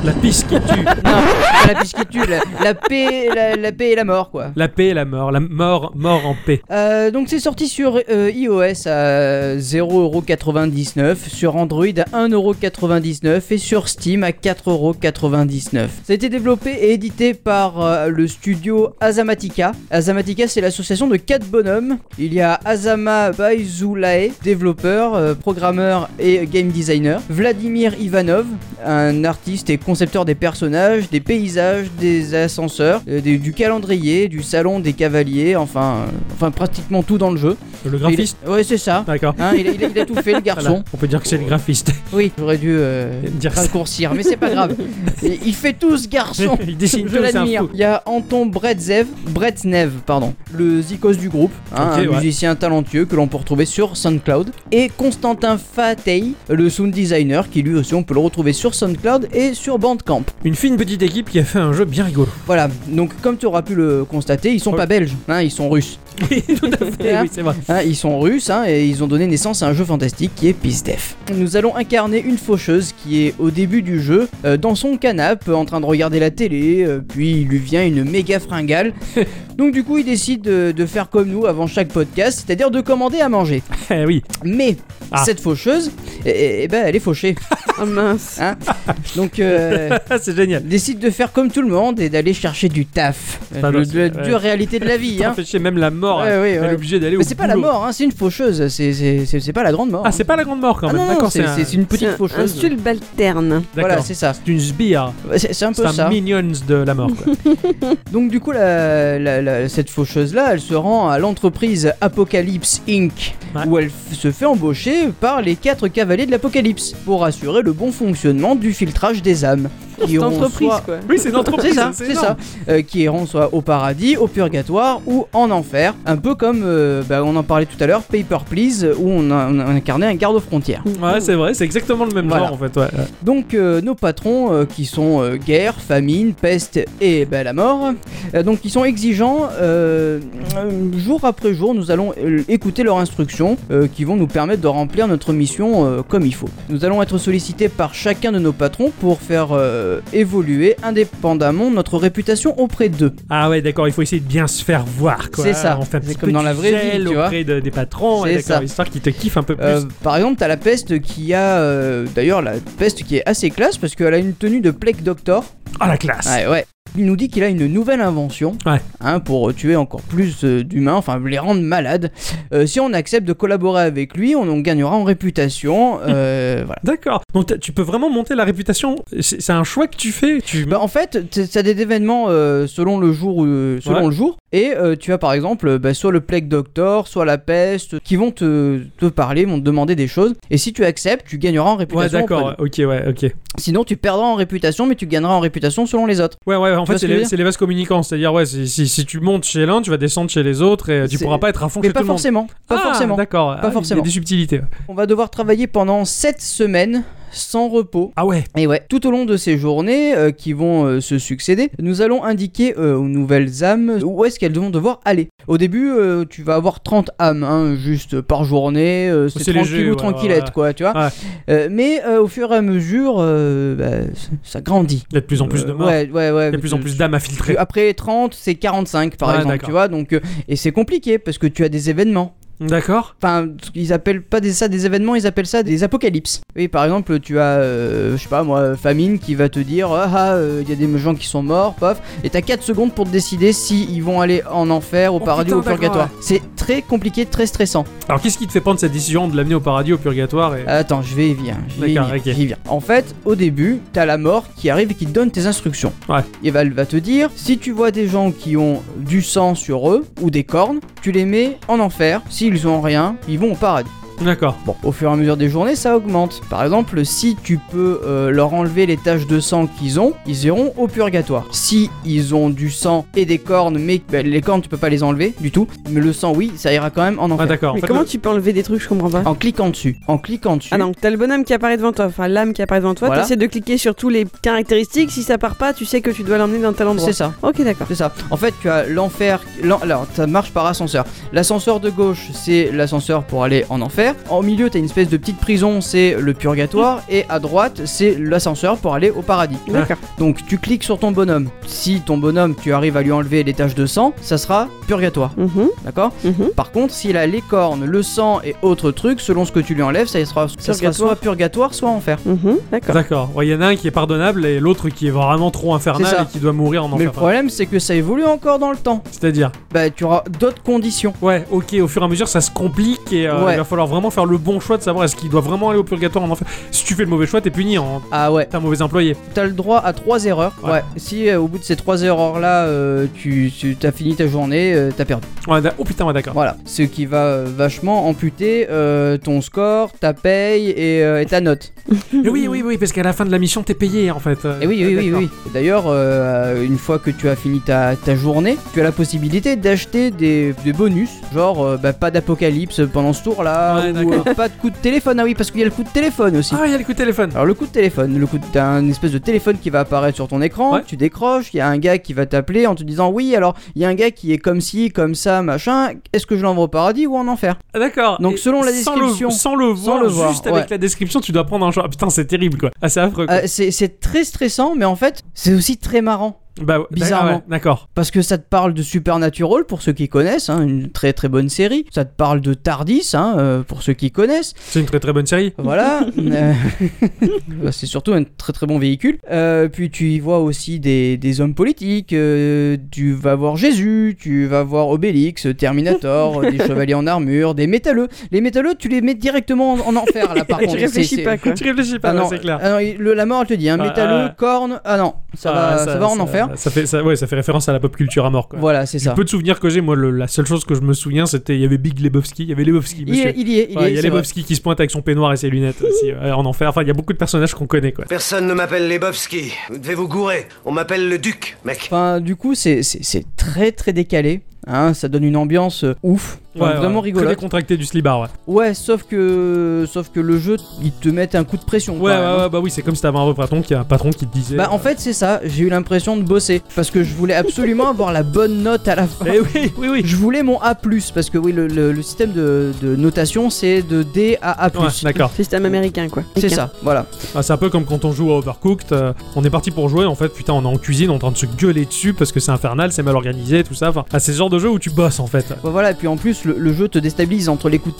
Speaker 1: La piste qui tue,
Speaker 2: Non, *laughs* pas la piste qui tue, la, la paix, la, la paix et la mort, quoi.
Speaker 1: la paix et la mort, la mort, mort en paix.
Speaker 2: Euh, donc c'est sorti sur euh, iOS à 0,99€, sur Android à 1,99€ et sur Steam à 4,99€. Ça a été développé et édité par euh, le studio Azamatika. Azamatika c'est l'association de 4 bonhommes. Il y a Azama Baizulae, développeur, euh, programmeur et game designer. Vladimir Ivanov, un artiste et concepteur des personnages, des paysages, des ascenseurs, euh, des- du calendrier, du salon des cavaliers, enfin, euh, enfin pratiquement tout dans le jeu.
Speaker 1: Le graphiste,
Speaker 2: Il- Ouais, c'est ça.
Speaker 1: d'accord.
Speaker 2: Hein, il, il- il a tout
Speaker 1: *laughs*
Speaker 2: fait, le
Speaker 1: Voilà,
Speaker 2: garçon.
Speaker 1: on peut dire que c'est le graphiste.
Speaker 2: Oui, j'aurais dû euh,
Speaker 1: Dire ça.
Speaker 2: raccourcir, mais c'est pas
Speaker 1: *laughs*
Speaker 2: grave. Il, il fait tout, ce garçon.
Speaker 1: Il dessine
Speaker 2: Je
Speaker 1: tout, c'est un
Speaker 2: l'admire.
Speaker 1: fou.
Speaker 2: Il y a Anton Bretzev, Bretznev, pardon, le zikos du groupe, hein,
Speaker 1: Ok,
Speaker 2: un
Speaker 1: ouais.
Speaker 2: musicien talentueux que l'on peut retrouver sur SoundCloud, et Constantin Fatei, le sound designer, qui lui aussi on peut le retrouver sur SoundCloud et sur Bandcamp.
Speaker 1: Une fine petite équipe qui a fait un jeu bien
Speaker 2: *laughs*
Speaker 1: rigolo.
Speaker 2: Voilà, donc comme tu auras pu le constater, ils sont
Speaker 1: Ouais.
Speaker 2: pas belges, hein, ils sont russes.
Speaker 1: Oui, tout à fait, Eh oui, c'est vrai.
Speaker 2: Hein, ils sont russes hein, et ils ont donné naissance à un jeu fantastique qui est Peace Death. Nous allons incarner une faucheuse qui est au début du jeu euh, dans son canapé en train de regarder la télé, euh, puis il lui vient une
Speaker 1: *laughs*
Speaker 2: méga fringale. Donc du coup il décide de, de faire comme nous avant chaque podcast, c'est-à-dire de commander à manger.
Speaker 1: Eh oui, *laughs*
Speaker 2: Mais
Speaker 1: Ah.
Speaker 2: cette faucheuse, eh, eh ben, elle est fauchée.
Speaker 3: Oh mince.
Speaker 2: hein.
Speaker 1: *laughs*
Speaker 2: Donc euh,
Speaker 1: c'est génial.
Speaker 2: décide de faire comme tout le monde et d'aller chercher du taf.
Speaker 1: Pas
Speaker 2: Le-
Speaker 1: gentil,
Speaker 2: la
Speaker 1: ouais.
Speaker 2: dure réalité de la vie.
Speaker 1: Ça
Speaker 2: hein.
Speaker 1: fait chier, même la mort,
Speaker 2: Ouais,
Speaker 1: elle,
Speaker 2: ouais,
Speaker 1: elle
Speaker 2: ouais.
Speaker 1: est obligée d'aller au
Speaker 2: Mais c'est pas la
Speaker 1: boulot.
Speaker 2: mort, hein, c'est une faucheuse, c'est- c'est c'est- c'est pas la grande mort.
Speaker 1: Ah,
Speaker 2: hein.
Speaker 1: c'est pas la grande mort quand
Speaker 2: Ah
Speaker 1: même,
Speaker 2: non, non,
Speaker 1: d'accord,
Speaker 2: c'est
Speaker 1: un-
Speaker 2: c'est une
Speaker 3: C'est
Speaker 2: petite
Speaker 3: un,
Speaker 2: faucheuse.
Speaker 3: un subalterne.
Speaker 2: Voilà,
Speaker 1: d'accord.
Speaker 2: c'est ça.
Speaker 1: C'est une sbire,
Speaker 2: Ouais, C'est c'est un peu
Speaker 1: c'est un
Speaker 2: ça.
Speaker 1: minions de la mort. quoi.
Speaker 2: Donc du coup, la, la- la- cette faucheuse-là, elle se rend à l'entreprise Apocalypse Inc.
Speaker 1: Ouais.
Speaker 2: Où elle f- se fait embaucher par les quatre cavaliers de l'Apocalypse pour assurer le bon fonctionnement du filtrage des âmes. Qui
Speaker 3: Cette
Speaker 2: iront
Speaker 3: entreprise,
Speaker 2: soit-
Speaker 3: quoi.
Speaker 1: Oui, c'est une entreprise,
Speaker 2: C'est ça,
Speaker 1: hein,
Speaker 2: c'est
Speaker 1: énorme.
Speaker 2: ça. Euh, qui iront soit au paradis, au purgatoire ou en enfer. Un peu comme, euh, bah, on en parlait tout à l'heure, Paper Please, où on, a- on a incarné un garde-frontière.
Speaker 1: Ouais, c'est vrai, c'est exactement le même
Speaker 2: Voilà.
Speaker 1: genre en fait. ouais, ouais.
Speaker 2: Donc euh, nos patrons euh, qui sont euh, guerre, famine, peste et ben, la mort, euh, donc ils sont exigeants. euh, euh, jour après jour, nous allons euh, écouter leurs instructions euh, qui vont nous permettre de remplir notre mission euh, comme il faut. Nous allons être sollicités par chacun de nos patrons pour faire euh, évoluer indépendamment notre réputation auprès d'eux.
Speaker 1: Ah ouais, d'accord, il faut essayer de bien se faire voir. quoi.
Speaker 2: C'est ça,
Speaker 1: On fait un
Speaker 2: c'est
Speaker 1: petit
Speaker 2: comme
Speaker 1: peu
Speaker 2: dans
Speaker 1: de
Speaker 2: la vraie vie,
Speaker 1: gel
Speaker 2: tu vois.
Speaker 1: auprès de- des patrons, et
Speaker 2: C'est
Speaker 1: d'accord,
Speaker 2: ça.
Speaker 1: histoire qu'ils te kiffent un peu plus.
Speaker 2: Euh, par exemple, t'as la peste qui a euh, d'ailleurs la peste qui est assez classe parce qu'elle a une tenue de plaque doctor.
Speaker 1: Ah la classe
Speaker 2: Ouais, ouais. Il nous dit qu'il a une nouvelle invention
Speaker 1: Ouais.
Speaker 2: hein, pour tuer encore plus euh, d'humains, enfin les rendre malades. Euh, si on accepte de collaborer avec lui, on, en gagnera en réputation.
Speaker 1: *laughs*
Speaker 2: euh, voilà.
Speaker 1: D'accord, donc t'as- tu peux vraiment monter la réputation, c'est c'est un choix que tu fais. Tu...
Speaker 2: Bah, en fait, t- ça a des événements euh, selon le jour, euh, selon
Speaker 1: Ouais.
Speaker 2: le jour, et euh, tu as par exemple euh, bah, soit le plague doctor, soit la peste, qui vont te, te parler, vont te demander des choses, et si tu acceptes, tu gagneras en
Speaker 1: Ouais,
Speaker 2: réputation. auprès
Speaker 1: d'accord, ok, ouais, ok.
Speaker 2: d'eux. Sinon, tu perdras en réputation, mais tu gagneras en réputation selon les autres.
Speaker 1: Ouais, ouais, en fait,
Speaker 2: vois ce que
Speaker 1: c'est
Speaker 2: je veux
Speaker 1: les,
Speaker 2: dire
Speaker 1: c'est les vases communicants. C'est-à-dire, ouais, si, si, si tu montes chez l'un, tu vas descendre chez les autres et tu
Speaker 2: C'est-
Speaker 1: pourras pas être à fond
Speaker 2: Mais
Speaker 1: chez
Speaker 2: pas
Speaker 1: tout le monde.
Speaker 2: forcément, pas
Speaker 1: Ah,
Speaker 2: forcément.
Speaker 1: D'accord, Ah, il y a
Speaker 2: forcément.
Speaker 1: des subtilités.
Speaker 2: On va devoir travailler pendant 7 semaines sans repos.
Speaker 1: Ah ouais
Speaker 2: Et ouais, tout au long de ces journées euh, qui vont euh, se succéder, nous allons indiquer euh, aux nouvelles âmes où est-ce qu'elles vont devoir aller. Au début, euh, tu vas avoir 30 âmes, hein, juste par journée, euh,
Speaker 1: Oh, C'est
Speaker 2: c'est
Speaker 1: léger,
Speaker 2: tranquille ou
Speaker 1: ouais,
Speaker 2: tranquillette,
Speaker 1: ouais, ouais.
Speaker 2: quoi, tu vois.
Speaker 1: Ouais.
Speaker 2: Euh, mais euh, au fur et à mesure, euh, bah, ça- ça grandit.
Speaker 1: Il y a de plus en plus de
Speaker 2: Euh,
Speaker 1: morts.
Speaker 2: Ouais, ouais, ouais.
Speaker 1: Il y a de plus en
Speaker 2: Tu-
Speaker 1: plus d'âmes à filtrer.
Speaker 2: Après 30, c'est 45 par
Speaker 1: Ouais,
Speaker 2: exemple,
Speaker 1: d'accord.
Speaker 2: tu vois. Donc, euh, et c'est compliqué parce que tu as des événements.
Speaker 1: D'accord
Speaker 2: Enfin, ils appellent pas des, ça des événements, ils appellent ça des apocalypses. Oui, par exemple, tu as, euh, je sais pas moi, famine qui va te dire Ah ah, euh, il y a des gens qui sont morts, paf. Et t'as 4 secondes pour te décider si ils vont aller en enfer, au
Speaker 3: Oh,
Speaker 2: paradis
Speaker 3: putain,
Speaker 2: ou au
Speaker 3: d'accord,
Speaker 2: purgatoire. C'est très compliqué, très stressant. Euh,
Speaker 1: Alors qu'est-ce qui te fait prendre cette décision de l'amener au paradis, au purgatoire et...
Speaker 2: Attends, je vais y venir. Je vais y
Speaker 1: D'accord,
Speaker 2: venir,
Speaker 1: ok.
Speaker 2: j'y viens. En fait, au début, t'as la mort qui arrive et qui te donne tes instructions.
Speaker 1: Ouais.
Speaker 2: Et va, va te dire si tu vois des gens qui ont du sang sur eux ou des cornes, tu les mets en enfer. S'ils ont rien, ils vont au paradis.
Speaker 1: D'accord.
Speaker 2: Bon, au fur et à mesure des journées, ça augmente. Par exemple, si tu peux euh, leur enlever les taches de sang qu'ils ont, ils iront au purgatoire. Si ils ont du sang et des cornes, mais ben, les cornes tu peux pas les enlever du tout, mais le sang oui, ça ira quand même en
Speaker 1: Ah
Speaker 2: enfer.
Speaker 1: d'accord. En
Speaker 3: Mais
Speaker 1: fait,
Speaker 3: comment
Speaker 1: le- Ah,
Speaker 3: tu peux enlever des trucs Je comprends pas.
Speaker 2: en cliquant dessus, en cliquant dessus.
Speaker 3: Ah non, t'as le bonhomme qui apparaît devant toi, enfin l'âme qui apparaît devant toi,
Speaker 2: Voilà.
Speaker 3: t'essaies de cliquer sur tous les caractéristiques, si ça part pas, tu sais que tu dois l'emmener dans tel endroit.
Speaker 2: c'est ça.
Speaker 3: Ok, d'accord.
Speaker 2: C'est ça. En fait, tu as l'enfer. l'en- Alors, ça marche par ascenseur. L'ascenseur de gauche, c'est l'ascenseur pour aller en enfer. En milieu, tu as une espèce de petite prison, c'est le purgatoire. Et à droite, c'est l'ascenseur pour aller au paradis.
Speaker 3: D'accord.
Speaker 2: Donc, tu cliques sur ton bonhomme. Si ton bonhomme, tu arrives à lui enlever les taches de sang, ça sera purgatoire.
Speaker 3: Mhm,
Speaker 2: D'accord
Speaker 3: mhm.
Speaker 2: Par contre, s'il a les cornes, le sang et autres trucs, selon ce que tu lui enlèves, ça sera, ça sera
Speaker 3: Purgatoire.
Speaker 2: soit purgatoire, soit enfer.
Speaker 3: Mhm, D'accord.
Speaker 1: D'accord. Ouais, Il y en a un qui est pardonnable et l'autre qui est vraiment trop
Speaker 2: C'est ça.
Speaker 1: infernal et qui doit mourir en
Speaker 2: Mais
Speaker 1: enfer.
Speaker 2: le problème, c'est que ça évolue encore dans le temps.
Speaker 1: C'est-à-dire,
Speaker 2: Bah, tu auras d'autres conditions.
Speaker 1: ouais, ok, au fur et à mesure, ça se complique et euh,
Speaker 2: Ouais.
Speaker 1: il va falloir vraiment faire le bon choix de savoir est-ce qu'il doit vraiment aller au purgatoire en enfer. Si tu fais le mauvais choix, t'es puni en
Speaker 2: Ah ouais.
Speaker 1: t'es un mauvais employé.
Speaker 2: T'as le droit à trois erreurs. Ouais.
Speaker 1: Ouais.
Speaker 2: Si euh, au bout de ces trois erreurs là, tu, tu as fini ta journée, euh, t'as perdu.
Speaker 1: Ouais, d'a- oh putain, ouais,
Speaker 2: *laughs*
Speaker 1: d'accord.
Speaker 2: Voilà. Ce qui va euh, vachement amputer euh, ton score, ta paye et, euh, et ta note.
Speaker 1: Mais oui, oui, oui, parce qu'à la fin de la mission, t'es payé en fait.
Speaker 2: Et Eh oui, oui, oui,
Speaker 1: D'accord.
Speaker 2: oui. Et D'ailleurs, euh, une fois que tu as fini ta, ta journée, tu as la possibilité d'acheter des, des bonus, genre euh, bah, pas d'apocalypse pendant ce tour là,
Speaker 1: Ouais,
Speaker 2: ou euh,
Speaker 1: d'accord.
Speaker 2: pas de coup de téléphone. Ah oui, parce qu'il y a le coup de téléphone aussi.
Speaker 1: Ah, il y a le coup de téléphone.
Speaker 2: Alors le coup de téléphone, le coup de- t'as un espèce de téléphone qui va apparaître sur ton écran,
Speaker 1: Ouais.
Speaker 2: tu décroches, il y a un gars qui va t'appeler en te disant oui alors il y a un gars qui est comme ci, comme ça, machin, est-ce que je l'envoie au paradis ou en enfer
Speaker 1: Ah, D'accord.
Speaker 2: Donc,
Speaker 1: Et
Speaker 2: selon la
Speaker 1: sans le-
Speaker 2: description-
Speaker 1: sans le
Speaker 2: sans
Speaker 1: voir,
Speaker 2: le voir,
Speaker 1: juste avec
Speaker 2: ouais.
Speaker 1: la description, tu dois prendre un choix. Ah, putain, c'est terrible quoi. Ah, c'est affreux. Quoi.
Speaker 2: Euh, c'est- C'est très stressant mais en fait c'est aussi très marrant.
Speaker 1: bah, ouais,
Speaker 2: bizarrement.
Speaker 1: ouais, D'accord.
Speaker 2: Parce que ça te parle de Supernatural pour ceux qui connaissent, hein, une très très bonne série. Ça te parle de Tardis hein, euh, pour ceux qui connaissent.
Speaker 1: C'est une très très bonne série.
Speaker 3: *laughs*
Speaker 2: Voilà. Euh, *laughs* bah, c'est surtout un très très bon véhicule. Euh, puis tu y vois aussi des, des hommes politiques. euh, tu vas voir Jésus, tu vas voir Obélix,
Speaker 3: *laughs*
Speaker 2: Terminator, euh, des chevaliers en armure, des métalleux. Les métalleux, tu les mets directement en, en enfer là par
Speaker 3: *laughs* Je
Speaker 2: contre.
Speaker 3: réfléchis
Speaker 2: C'est-
Speaker 3: pas
Speaker 2: c'est-
Speaker 3: quoi.
Speaker 1: *laughs* Tu réfléchis pas,
Speaker 2: Ah non,
Speaker 1: ouais, c'est clair.
Speaker 2: ah non, il- le- la mort, elle te dit, hein,
Speaker 1: Ah,
Speaker 2: métalleux,
Speaker 1: ah.
Speaker 2: corne. Ah non, ça va,
Speaker 1: Ah,
Speaker 2: ça, va en enfer.
Speaker 1: Ça fait, ça, ouais, ça fait référence à la pop culture à mort. Quoi.
Speaker 2: Voilà, c'est ça.
Speaker 1: Peu de souvenirs que j'ai, moi, le- la seule chose que je me souviens, c'était il y avait Big Lebowski, il y avait Lebowski,
Speaker 2: Il,
Speaker 1: monsieur.
Speaker 2: il y est, il
Speaker 1: Ouais,
Speaker 2: y est.
Speaker 1: y a
Speaker 2: c'est vrai.
Speaker 1: Lebowski qui se pointe avec son peignoir et ses
Speaker 2: *laughs*
Speaker 1: lunettes aussi, euh, en enfer. Enfin, il y a beaucoup de personnages qu'on connaît, quoi.
Speaker 5: Personne ne m'appelle Lebowski. Vous devez vous gourer. On m'appelle le duc, mec.
Speaker 2: Enfin, du coup, c'est c'est- c'est très très décalé. hein, ça donne une ambiance euh, ouf, Enfin,
Speaker 1: Ouais,
Speaker 2: vraiment
Speaker 1: ouais.
Speaker 2: rigolote.
Speaker 1: Très décontracté du slibar, ouais.
Speaker 2: Ouais, sauf que sauf que le jeu, il te met un coup de pression.
Speaker 1: Ouais,
Speaker 2: quand même.
Speaker 1: ouais, ouais, bah oui, c'est comme si t'avais un patron qui a un patron qui te disait.
Speaker 2: Bah en fait c'est ça, j'ai eu l'impression de bosser parce que je voulais absolument avoir la bonne note à la fin.
Speaker 1: Eh oui, oui, oui.
Speaker 2: Je voulais mon A+ parce que oui le, le- le système de, de notation c'est de D à A+.
Speaker 1: Ouais, d'accord.
Speaker 3: Système américain quoi.
Speaker 2: c'est
Speaker 3: Américain.
Speaker 2: ça, voilà.
Speaker 1: Ah, c'est un peu comme quand on joue à Overcooked. euh, on est parti pour jouer, en fait, putain, on est en cuisine, on est en train de se gueuler dessus parce que c'est infernal, c'est mal organisé, tout ça. Enfin, ah, c'est ce genre de jeu où tu bosses, en fait.
Speaker 2: Bah, voilà, et puis en plus le, le jeu te déstabilise entre les coups de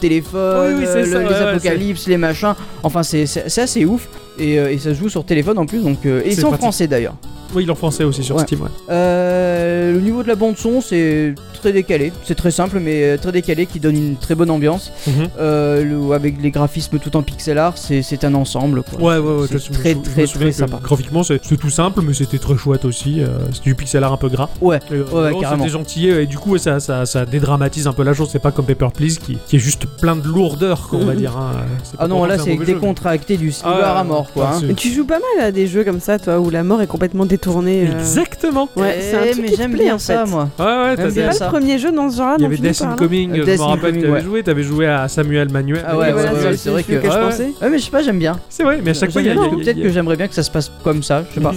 Speaker 1: Oui,
Speaker 2: téléphone,
Speaker 1: oui, c'est ça,
Speaker 2: euh, le-
Speaker 1: ouais,
Speaker 2: les
Speaker 1: ouais,
Speaker 2: apocalypses, les machins. Enfin c'est c'est- c'est assez ouf et, euh, et ça se joue sur téléphone en plus donc euh, et
Speaker 1: C'est
Speaker 2: c'est en
Speaker 1: pratique.
Speaker 2: français d'ailleurs.
Speaker 1: Oui, il est en français aussi sur
Speaker 2: Ouais.
Speaker 1: Steam, ouais.
Speaker 2: Euh, le niveau de la bande son c'est très décalé, c'est très simple mais euh, très décalé qui donne une très bonne ambiance.
Speaker 1: Mhm.
Speaker 2: Euh, le- avec les graphismes tout en pixel art, c'est c'est un ensemble quoi.
Speaker 1: Ouais, ouais, ouais,
Speaker 2: C'est
Speaker 1: je me
Speaker 2: très,
Speaker 1: sou- je
Speaker 2: très,
Speaker 1: me souviens
Speaker 2: très
Speaker 1: que
Speaker 2: sympa.
Speaker 1: Graphiquement, c'est c'est tout simple, mais c'était très chouette aussi. euh, c'était du pixel art un peu gras.
Speaker 2: Ouais,
Speaker 1: Et, euh,
Speaker 2: ouais,
Speaker 1: non,
Speaker 2: carrément.
Speaker 1: C'était gentil, euh, et du coup, ouais, ça, ça, ça dédramatise un peu la chose. C'est pas comme Paper Please qui, qui est juste plein de lourdeur, quoi, on
Speaker 2: *laughs*
Speaker 1: va dire. hein. C'est pas
Speaker 2: Ah non,
Speaker 1: pour
Speaker 2: là
Speaker 1: dire que un
Speaker 2: c'est
Speaker 1: mauvais jeu, mais-
Speaker 2: décontracté du
Speaker 1: Ah,
Speaker 2: *laughs* slibar à mort quoi. hein.
Speaker 1: c'est-
Speaker 3: Mais tu joues pas mal à des jeux comme ça, toi, où la mort est complètement tourner. euh,
Speaker 1: Exactement.
Speaker 3: Ouais, c'est un
Speaker 2: Eh,
Speaker 3: truc
Speaker 2: mais
Speaker 3: qui te
Speaker 2: j'aime
Speaker 3: plaît,
Speaker 2: bien
Speaker 3: en
Speaker 2: ça,
Speaker 3: fait.
Speaker 2: moi.
Speaker 1: Ouais, ouais,
Speaker 2: J'aime
Speaker 1: t'as-
Speaker 2: bien
Speaker 3: Pas
Speaker 1: t'as-
Speaker 2: ça.
Speaker 3: le premier jeu dans ce
Speaker 2: Ah
Speaker 3: genre-là.
Speaker 1: Il y
Speaker 3: dont
Speaker 1: avait
Speaker 3: tu nous
Speaker 1: Death in
Speaker 3: parles, hein.
Speaker 1: Coming, euh, je
Speaker 2: Death
Speaker 1: me
Speaker 2: in
Speaker 1: rappelle,
Speaker 2: Coming,
Speaker 1: t'avais
Speaker 2: ouais.
Speaker 1: joué, t'avais joué à Samuel Manuel.
Speaker 2: Ah
Speaker 3: Oui,
Speaker 2: ouais,
Speaker 3: voilà,
Speaker 2: ouais,
Speaker 3: c'est
Speaker 2: ouais,
Speaker 3: le
Speaker 2: c'est vrai
Speaker 3: film
Speaker 2: que-
Speaker 3: que je
Speaker 1: Ouais, ouais.
Speaker 3: pensais.
Speaker 2: Ouais, mais je sais pas, j'aime bien.
Speaker 1: C'est vrai, mais à chaque fois, il y a,
Speaker 2: J'aime
Speaker 1: il y a-
Speaker 2: bien, parce que
Speaker 1: il
Speaker 2: Peut-être
Speaker 1: y a-
Speaker 2: que j'aimerais bien que ça se passe comme ça, je sais pas.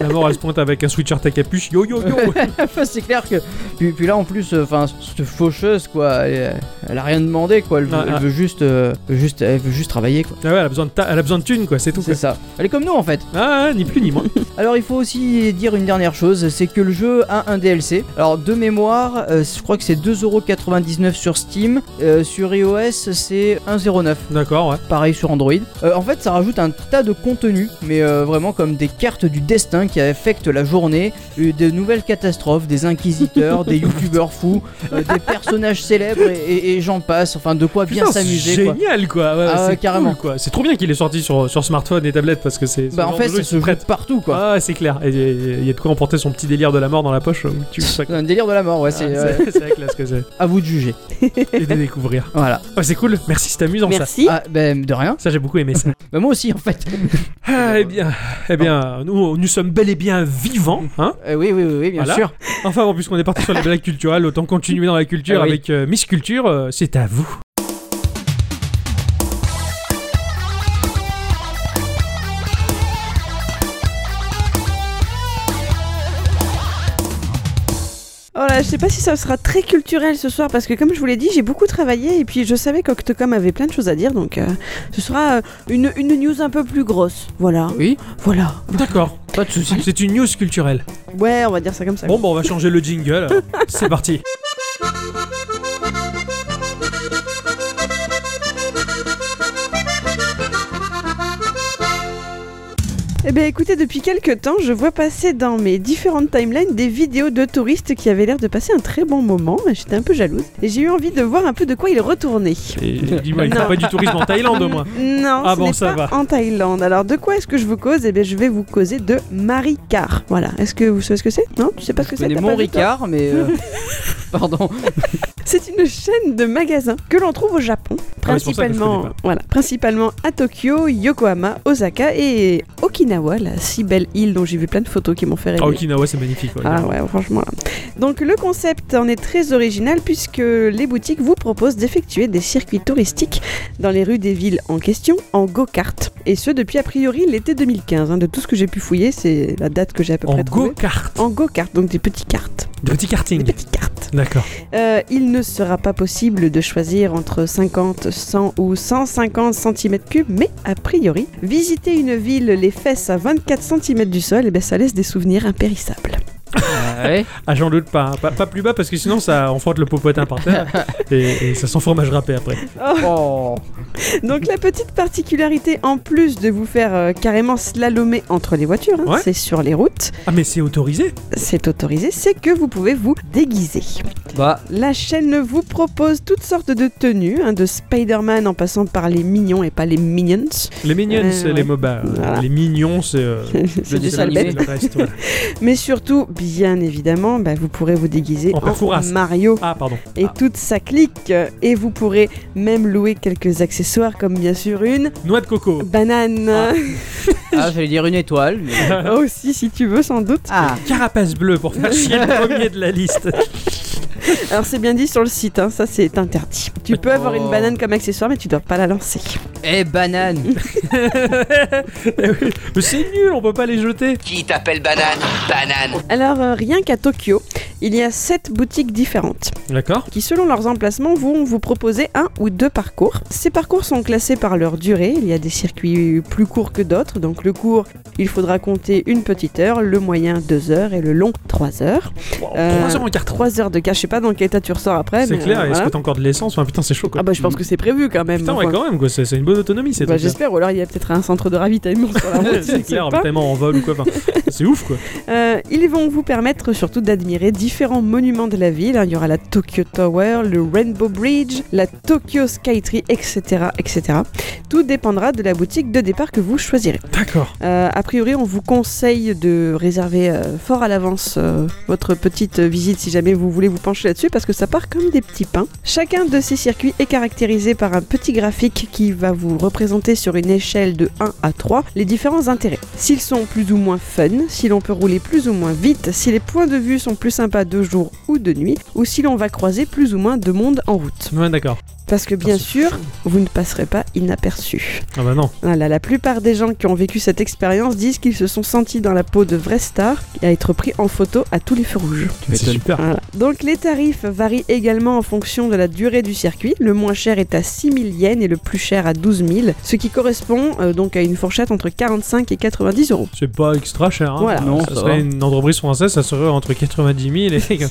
Speaker 1: la mort, elle se pointe avec un switcher à capuche, yo yo
Speaker 2: *laughs*
Speaker 1: Ah yo.
Speaker 2: Enfin, c'est clair que. Puis, puis là, en plus, euh, enfin, cette faucheuse, quoi, elle, elle a rien demandé, quoi. Elle veut,
Speaker 1: Ah,
Speaker 2: elle
Speaker 1: ah.
Speaker 2: veut juste, euh, juste, elle veut juste travailler, quoi.
Speaker 1: Ah ouais, elle a besoin de, ta- elle a besoin de thunes, quoi, c'est tout.
Speaker 2: C'est
Speaker 1: Quoi.
Speaker 2: ça. Elle est comme nous, en fait.
Speaker 1: Ah, ni plus ni moins.
Speaker 2: Alors, il faut aussi dire une dernière chose, c'est que le jeu a un DLC. Alors, de mémoire, euh, je crois que c'est 2,99€ sur Steam. Euh, sur iOS, c'est 1,09€.
Speaker 1: D'accord, ouais.
Speaker 2: pareil sur Android. Euh, en fait, ça rajoute un tas de contenus, mais euh, vraiment comme des cartes du destin qui affectent la journée, euh, de nouvelles catastrophes, des inquisiteurs, des youtubeurs fous, euh, des personnages célèbres et, et- et j'en passe. Enfin, de quoi bien
Speaker 1: Putain, c'est
Speaker 2: s'amuser. quoi.
Speaker 1: Génial, quoi. Ouais,
Speaker 2: Ah ouais,
Speaker 1: c'est
Speaker 2: carrément.
Speaker 1: cool, quoi. C'est trop bien qu'il est sorti sur, sur smartphone et tablette parce que c'est. ce
Speaker 2: Bah, en
Speaker 1: genre
Speaker 2: fait,
Speaker 1: de jeu,
Speaker 2: ça
Speaker 1: il
Speaker 2: se joue
Speaker 1: prête.
Speaker 2: partout, quoi.
Speaker 1: Ah, ouais, c'est clair. Et Il y a de quoi emporter son petit délire de la mort dans la poche. Où tu...
Speaker 2: C'est un délire de la mort, ouais, c'est
Speaker 1: Ah,
Speaker 2: euh,
Speaker 1: *laughs* c'est- c'est la classe que c'est.
Speaker 2: à vous de juger.
Speaker 1: Et de découvrir.
Speaker 2: Voilà.
Speaker 1: Oh, c'est cool. Merci, c'est amusant ça.
Speaker 3: Merci.
Speaker 2: Ah, ben, de rien.
Speaker 1: Ça, j'ai beaucoup aimé ça.
Speaker 2: Bah, moi aussi, en fait.
Speaker 1: Ah, eh bien, eh bien, nous, nous sommes bel et bien vivants, hein
Speaker 2: Euh, oui, oui, oui, oui, bien
Speaker 1: Voilà.
Speaker 2: sûr.
Speaker 1: Enfin, bon, puisqu'on est parti sur la blague culturelle, autant continuer dans la culture
Speaker 2: Ah oui.
Speaker 1: avec euh, Miss Culture. euh, c'est à vous.
Speaker 3: Voilà, Oh je sais pas si ça sera très culturel ce soir parce que comme je vous l'ai dit, j'ai beaucoup travaillé et puis je savais qu'Octocom avait plein de choses à dire donc euh, ce sera euh, une, une news un peu plus grosse. Voilà,
Speaker 2: Oui,
Speaker 3: voilà.
Speaker 1: D'accord.
Speaker 2: pas de soucis.
Speaker 1: C'est une news culturelle.
Speaker 3: Ouais, on va dire ça comme ça.
Speaker 1: Bon, bah, on va changer le jingle. alors. C'est parti.
Speaker 3: Eh bien écoutez, depuis quelques temps, je vois passer dans mes différentes timelines des vidéos de touristes qui avaient l'air de passer un très bon moment. et J'étais un peu jalouse et j'ai eu envie de voir un peu de quoi ils retournaient.
Speaker 1: Et Dis-moi, il
Speaker 3: Non.
Speaker 1: fait pas du tourisme en Thaïlande au moins.
Speaker 3: Non,
Speaker 1: Ah
Speaker 3: ce
Speaker 1: bon,
Speaker 3: n'est
Speaker 1: ça
Speaker 3: pas en Thaïlande. Alors, de quoi est-ce que je vous cause Eh bien, je vais vous causer de Marie Car. Voilà. Est-ce que vous savez ce que c'est Non, tu sais pas ce que
Speaker 2: Je
Speaker 3: c'est
Speaker 2: connais
Speaker 3: t'as
Speaker 2: mon
Speaker 3: pas vu, toi
Speaker 2: Ricard, mais. euh, Pardon.
Speaker 3: C'est une chaîne de magasins que l'on trouve au Japon,
Speaker 1: Ah, mais c'est pour ça que je
Speaker 3: principalement,
Speaker 1: connais pas.
Speaker 3: voilà, principalement à Tokyo, Yokohama, Osaka et Okinawa, la si belle île dont j'ai vu plein de photos qui m'ont fait rêver.
Speaker 1: Ah, Okinawa, c'est magnifique. ouais.
Speaker 3: Ah ouais, franchement. là. Donc le concept en est très original puisque les boutiques vous proposent d'effectuer des circuits touristiques dans les rues des villes en question en go-kart. Et ce depuis a priori l'été 2015. hein. De tout ce que j'ai pu fouiller, c'est la date que j'ai à peu
Speaker 1: En
Speaker 3: près trouvée.
Speaker 1: go-kart.
Speaker 3: En go-kart, donc des petits cartes.
Speaker 1: De petit
Speaker 3: Des
Speaker 1: karting.
Speaker 3: petites cartes.
Speaker 1: D'accord.
Speaker 3: Euh, il ne sera pas possible de choisir entre 50, 100 ou 150 cm3, mais a priori, visiter une ville les fesses à 24 cm du sol, et ben, ça laisse des souvenirs impérissables.
Speaker 2: Ah ouais.
Speaker 1: Ah, j'en doute pas, hein. pas. pas plus bas parce que sinon, ça, on frotte le popotin par terre et, et ça s'en fromage râpé après.
Speaker 2: Oh.
Speaker 3: Donc la petite particularité en plus de vous faire euh, carrément slalomer entre les voitures, hein,
Speaker 1: Ouais.
Speaker 3: c'est sur les routes,
Speaker 1: Ah, mais c'est autorisé
Speaker 3: c'est autorisé, c'est que vous pouvez vous déguiser.
Speaker 2: Bah,
Speaker 3: La chaîne vous propose toutes sortes de tenues, hein, de Spider-Man en passant par les mignons et pas les minions.
Speaker 1: Les mignons,
Speaker 3: Euh,
Speaker 1: c'est
Speaker 3: ouais.
Speaker 1: les MOBA. euh,
Speaker 3: Voilà.
Speaker 1: Les mignons, c'est.
Speaker 3: *laughs*
Speaker 1: euh,
Speaker 2: le dessin
Speaker 1: c'est
Speaker 2: animé.
Speaker 1: le reste, voilà.
Speaker 3: Mais surtout, bien évidemment, bah, vous pourrez vous déguiser
Speaker 1: En
Speaker 3: en
Speaker 1: Perforas.
Speaker 3: Mario.
Speaker 1: Ah, pardon.
Speaker 3: et
Speaker 1: Ah.
Speaker 3: toute sa clique. Et vous pourrez même louer quelques accessoires comme bien sûr une
Speaker 1: Noix de coco.
Speaker 3: banane.
Speaker 2: Ah. Ah, j'allais dire une étoile. mais-
Speaker 1: Ah.
Speaker 3: *laughs* Aussi si tu veux sans doute.
Speaker 2: Ah,
Speaker 1: Carapace bleue pour faire
Speaker 3: *laughs*
Speaker 1: chier le premier de la liste. *laughs*
Speaker 3: Alors c'est bien dit sur le site, hein, ça c'est interdit. Tu peux avoir une
Speaker 2: Oh.
Speaker 3: banane comme accessoire mais tu dois pas la lancer.
Speaker 2: eh banane.
Speaker 1: Eh oui, mais c'est nul, on peut pas les jeter.
Speaker 5: Qui t'appelle banane Banane
Speaker 3: Alors euh, rien qu'à Tokyo, il y a 7 boutiques différentes
Speaker 1: D'accord.
Speaker 3: qui selon leurs emplacements vont vous proposer un ou deux parcours. Ces parcours sont classés par leur durée, il y a des circuits plus courts que d'autres, donc le court il faudra compter une petite heure, le moyen 2 heures et le long 3 heures.
Speaker 1: Wow,
Speaker 3: Euh,
Speaker 1: 3 heures en carte.
Speaker 3: 3 heures de cas, je sais pas dans quel état tu ressors après.
Speaker 1: C'est
Speaker 3: mais,
Speaker 1: clair,
Speaker 3: euh,
Speaker 1: est-ce
Speaker 3: voilà.
Speaker 1: que t'as encore de l'essence Enfin, Putain, c'est chaud quoi.
Speaker 3: Ah bah je pense que c'est prévu quand même.
Speaker 1: Putain, ouais,
Speaker 3: enfin.
Speaker 1: quand même, quoi. C'est c'est une bonne autonomie, c'est
Speaker 3: Bah, J'espère, ou alors il y a peut-être un centre de ravitaillement
Speaker 1: *laughs*
Speaker 3: sur la route. je ne sais
Speaker 1: C'est clair,
Speaker 3: pas. *laughs*
Speaker 1: tellement en vol ou quoi. enfin, c'est ouf, quoi.
Speaker 3: Euh, ils vont vous permettre surtout d'admirer différents monuments de la ville. hein. Il y aura la Tokyo Tower, le Rainbow Bridge, la Tokyo Skytree, etc., etc. Tout dépendra de la boutique de départ que vous choisirez.
Speaker 1: D'accord.
Speaker 3: Euh, a priori, on vous conseille de réserver euh, fort à l'avance euh, votre petite euh, visite si jamais vous voulez vous pencher là-dessus parce que ça part comme des petits pains. Chacun de ces circuits est caractérisé par un petit graphique qui va vous représenter sur une échelle de 1 à 3 les différents intérêts. S'ils sont plus ou moins fun, si l'on peut rouler plus ou moins vite, si les points de vue sont plus sympas de jour ou de nuit, ou si l'on va croiser plus ou moins de monde en route.
Speaker 1: Ouais, d'accord.
Speaker 3: Parce que bien sûr, vous ne passerez pas inaperçu.
Speaker 1: Ah bah non.
Speaker 3: Voilà, la plupart des gens qui ont vécu cette expérience disent qu'ils se sont sentis dans la peau de vraies stars et à être pris en photo à tous les feux rouges.
Speaker 1: C'est
Speaker 2: Ah.
Speaker 1: super.
Speaker 3: Voilà. Donc les tarifs varient également en fonction de la durée du circuit. Le moins cher est à 6 000 yens et le plus cher à 12 000, ce qui correspond euh, donc à une fourchette entre 45 et 90 euros.
Speaker 1: C'est pas extra cher. Hein.
Speaker 3: Voilà.
Speaker 2: Non,
Speaker 1: ça,
Speaker 2: ça
Speaker 1: serait
Speaker 2: va.
Speaker 1: une entreprise française, ça serait entre 90
Speaker 3: *laughs*
Speaker 1: 000 et.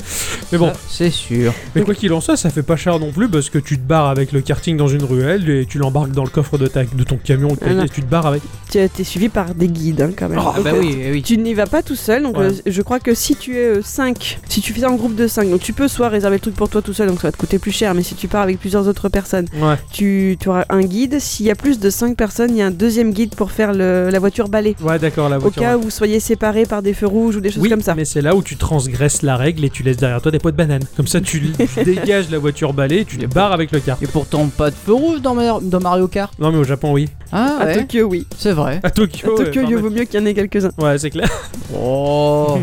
Speaker 1: Mais bon,
Speaker 2: Ah, c'est sûr.
Speaker 1: mais quoi qu'il en soit, ça fait pas cher non plus parce que tu te barres avec le karting dans une ruelle et tu l'embarques dans le coffre de, ta... de ton camion
Speaker 3: Ah non.
Speaker 1: et tu te barres avec.
Speaker 3: Tu es suivi par des guides hein, quand même.
Speaker 2: Ah, bah oui, eh oui.
Speaker 3: Tu n'y vas pas tout seul, donc
Speaker 1: Ouais.
Speaker 3: euh, je crois que si tu es 5, si tu fais ça en groupe de 5, donc tu peux soit réserver le truc pour toi tout seul, donc ça va te coûter plus cher, mais si tu pars avec plusieurs autres personnes,
Speaker 1: Ouais.
Speaker 3: tu, tu auras un guide. S'il y a plus de 5 personnes, il y a un deuxième guide pour faire le- la voiture balai.
Speaker 1: Ouais, d'accord, la
Speaker 3: Au
Speaker 1: voiture.
Speaker 3: cas où vous soyez séparés par des feux rouges ou des choses
Speaker 1: oui,
Speaker 3: comme ça.
Speaker 1: mais c'est là où tu transgresses la règle et tu laisses derrière toi des pots de bananes. Comme ça,
Speaker 3: *laughs*
Speaker 1: tu, tu dégages la voiture balai et tu te
Speaker 2: Yep.
Speaker 1: barres avec le kart.
Speaker 2: Et pourtant, pas de feu rouge dans, Mar- dans Mario Kart.
Speaker 1: Non, mais au Japon, oui.
Speaker 2: Ah
Speaker 3: À
Speaker 2: ouais,
Speaker 3: Tokyo, oui.
Speaker 2: c'est vrai.
Speaker 1: À Tokyo.
Speaker 3: À Tokyo,
Speaker 1: ouais,
Speaker 3: il vaut mieux qu'il y en ait quelques-uns.
Speaker 1: pardon. Ouais, c'est clair.
Speaker 2: Oh,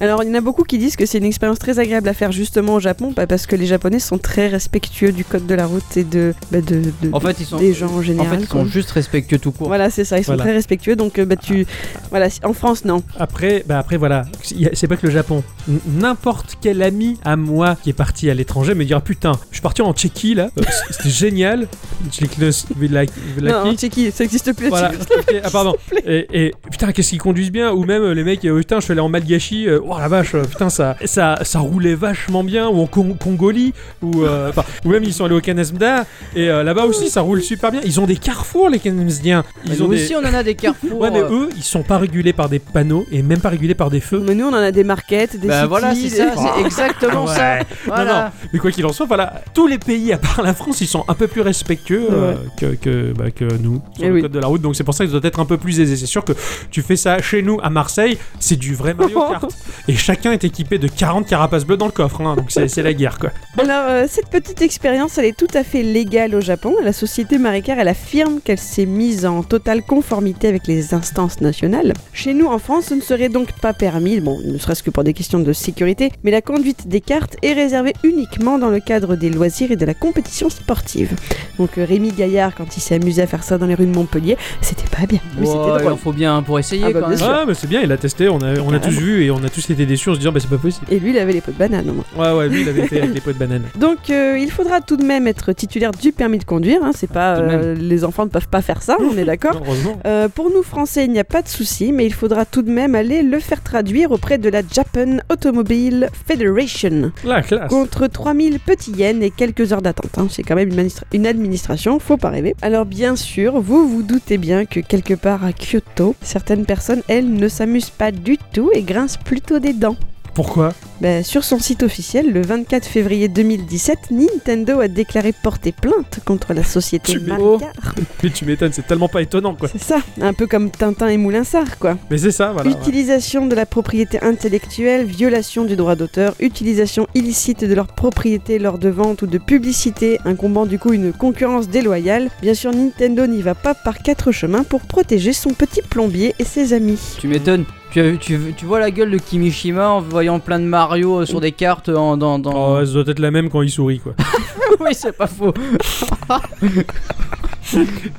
Speaker 3: Alors, il y en a beaucoup qui disent que c'est une expérience très agréable à faire justement au Japon, bah, parce que les Japonais sont très respectueux du code de la route et de, bah, de- de-
Speaker 2: en fait, ils sont,
Speaker 3: des gens en
Speaker 2: en
Speaker 3: général.
Speaker 2: fait, ils
Speaker 3: quoi.
Speaker 2: sont juste respectueux tout court.
Speaker 3: Voilà, c'est ça, ils sont
Speaker 1: Voilà.
Speaker 3: très respectueux. Donc, euh, bah, tu. Voilà, si- en France, non.
Speaker 1: Après, bah après voilà, Il y a- c'est pas que le Japon. N- N'importe quel ami à moi qui est parti à l'étranger me dira putain, je suis parti en Tchéquie là, euh, c- c'était génial. Tchécoslo- Vla-
Speaker 3: non, en
Speaker 1: Vlaki.
Speaker 3: Tchéquie, ça n'existe plus.
Speaker 1: *laughs*
Speaker 3: la
Speaker 1: Voilà.
Speaker 3: Tchéquie.
Speaker 1: ok, Ah
Speaker 2: *laughs*
Speaker 1: pardon. Et, et, putain, qu'est-ce qu'ils conduisent bien Ou même euh, les mecs, euh, putain, je suis allé en Malgachi. euh, Oh la vache, euh, putain, ça, ça, ça roulait vachement bien. Ou en Con- Congolie. Ou,
Speaker 2: *laughs*
Speaker 1: euh, enfin, ou même ils sont allés au Canada. Et euh, là-bas aussi, ça roule super bien. Ils ont des carrefours, les Canadiens.
Speaker 2: Mais
Speaker 1: Ils
Speaker 2: Bah, nous
Speaker 1: ont
Speaker 2: aussi,
Speaker 1: des.
Speaker 2: on en a des
Speaker 1: *laughs*
Speaker 2: carrefours.
Speaker 1: Ouais, mais
Speaker 2: euh,
Speaker 1: eux, ils sont pas régulés par des panneaux et même pas régulés par des feux.
Speaker 3: Mais nous, on en a des marquettes, des
Speaker 2: Bah
Speaker 3: cities,
Speaker 2: voilà, c'est
Speaker 3: des-
Speaker 2: ça, c'est exactement
Speaker 1: Ouais.
Speaker 2: ça. Voilà.
Speaker 1: non. Mais quoi qu'il en soit, voilà, tous les pays à part la France, ils sont un peu plus respectueux euh, que, que, bah, que nous sur
Speaker 3: Eh
Speaker 1: le
Speaker 3: oui.
Speaker 1: code de la route. Donc c'est pour ça que ça doit être un peu plus aisé. C'est sûr que tu fais ça chez nous à Marseille, c'est du vrai
Speaker 3: *laughs*
Speaker 1: Mario Kart. Et chacun est équipé de 40 carapaces bleues dans le coffre. hein. donc c'est c'est la guerre quoi.
Speaker 3: Alors, euh, cette petite expérience, elle est tout à fait légale au Japon. La société Maricar, elle affirme qu'elle s'est mise en totale conformité avec les instances nationales. Chez nous, en France, ce ne serait donc pas permis, bon, ne serait-ce que pour des questions de sécurité, mais la conduite des cartes est réservée uniquement dans le cadre des loisirs et de la compétition sportive. Donc, euh, Rémi Gaillard, quand il s'est amusé à faire ça dans les rues de Montpellier, c'était pas bien, mais
Speaker 2: Ouais,
Speaker 3: c'était
Speaker 2: il
Speaker 3: drôle.
Speaker 2: en faut bien un pour essayer
Speaker 3: Ah bah,
Speaker 2: quand
Speaker 3: bien
Speaker 2: même.
Speaker 3: sûr.
Speaker 1: Ah mais c'est bien, il a testé, on a, on a tous vu et on a tous été déçus en se disant bah c'est pas possible.
Speaker 3: Et lui, il avait les pots de banane au moins.
Speaker 1: Ouais ouais, lui il avait fait avec les pots de
Speaker 3: *laughs*
Speaker 1: banane.
Speaker 3: Donc euh, il faudra tout de même être titulaire du permis de conduire, hein, c'est pas
Speaker 2: Ah, Tout de
Speaker 3: euh, les enfants ne peuvent pas faire ça, on est d'accord.
Speaker 1: Heureusement.
Speaker 3: Euh, pour nous français, il n'y a pas de souci, mais il faudra tout de même aller le faire traduire auprès de la Japan Automobile Federation
Speaker 1: La classe.
Speaker 3: contre 3000 petits yens et quelques heures d'attente. hein. C'est quand même une, administra- une administration, faut pas rêver. Alors bien sûr, vous vous doutez bien que quelque part à Kyoto, certaines personnes, elles, ne s'amusent pas du tout et grincent plutôt des dents.
Speaker 1: Pourquoi
Speaker 3: Bah, sur son site officiel, le 24 février 2017, Nintendo a déclaré porter plainte contre la société
Speaker 1: Tu
Speaker 3: Mario
Speaker 1: m'étonnes.
Speaker 3: Kart.
Speaker 1: Mais tu m'étonnes, c'est tellement pas étonnant quoi.
Speaker 3: C'est ça, un peu comme Tintin et Moulinsart, quoi.
Speaker 1: Mais c'est ça voilà. ouais.
Speaker 3: Utilisation de la propriété intellectuelle, violation du droit d'auteur, utilisation illicite de leur propriété lors de vente ou de publicité, incombant du coup une concurrence déloyale. Bien sûr, Nintendo n'y va pas par quatre chemins pour protéger son petit plombier et ses amis.
Speaker 2: Tu m'étonnes. Tu, as- tu, tu vois la gueule de Kimishima en voyant plein de Mario euh, sur des cartes en, dans.
Speaker 1: Oh,
Speaker 2: dans...
Speaker 1: ouais, ça doit être la même quand il sourit quoi.
Speaker 2: *laughs* oui, c'est pas faux.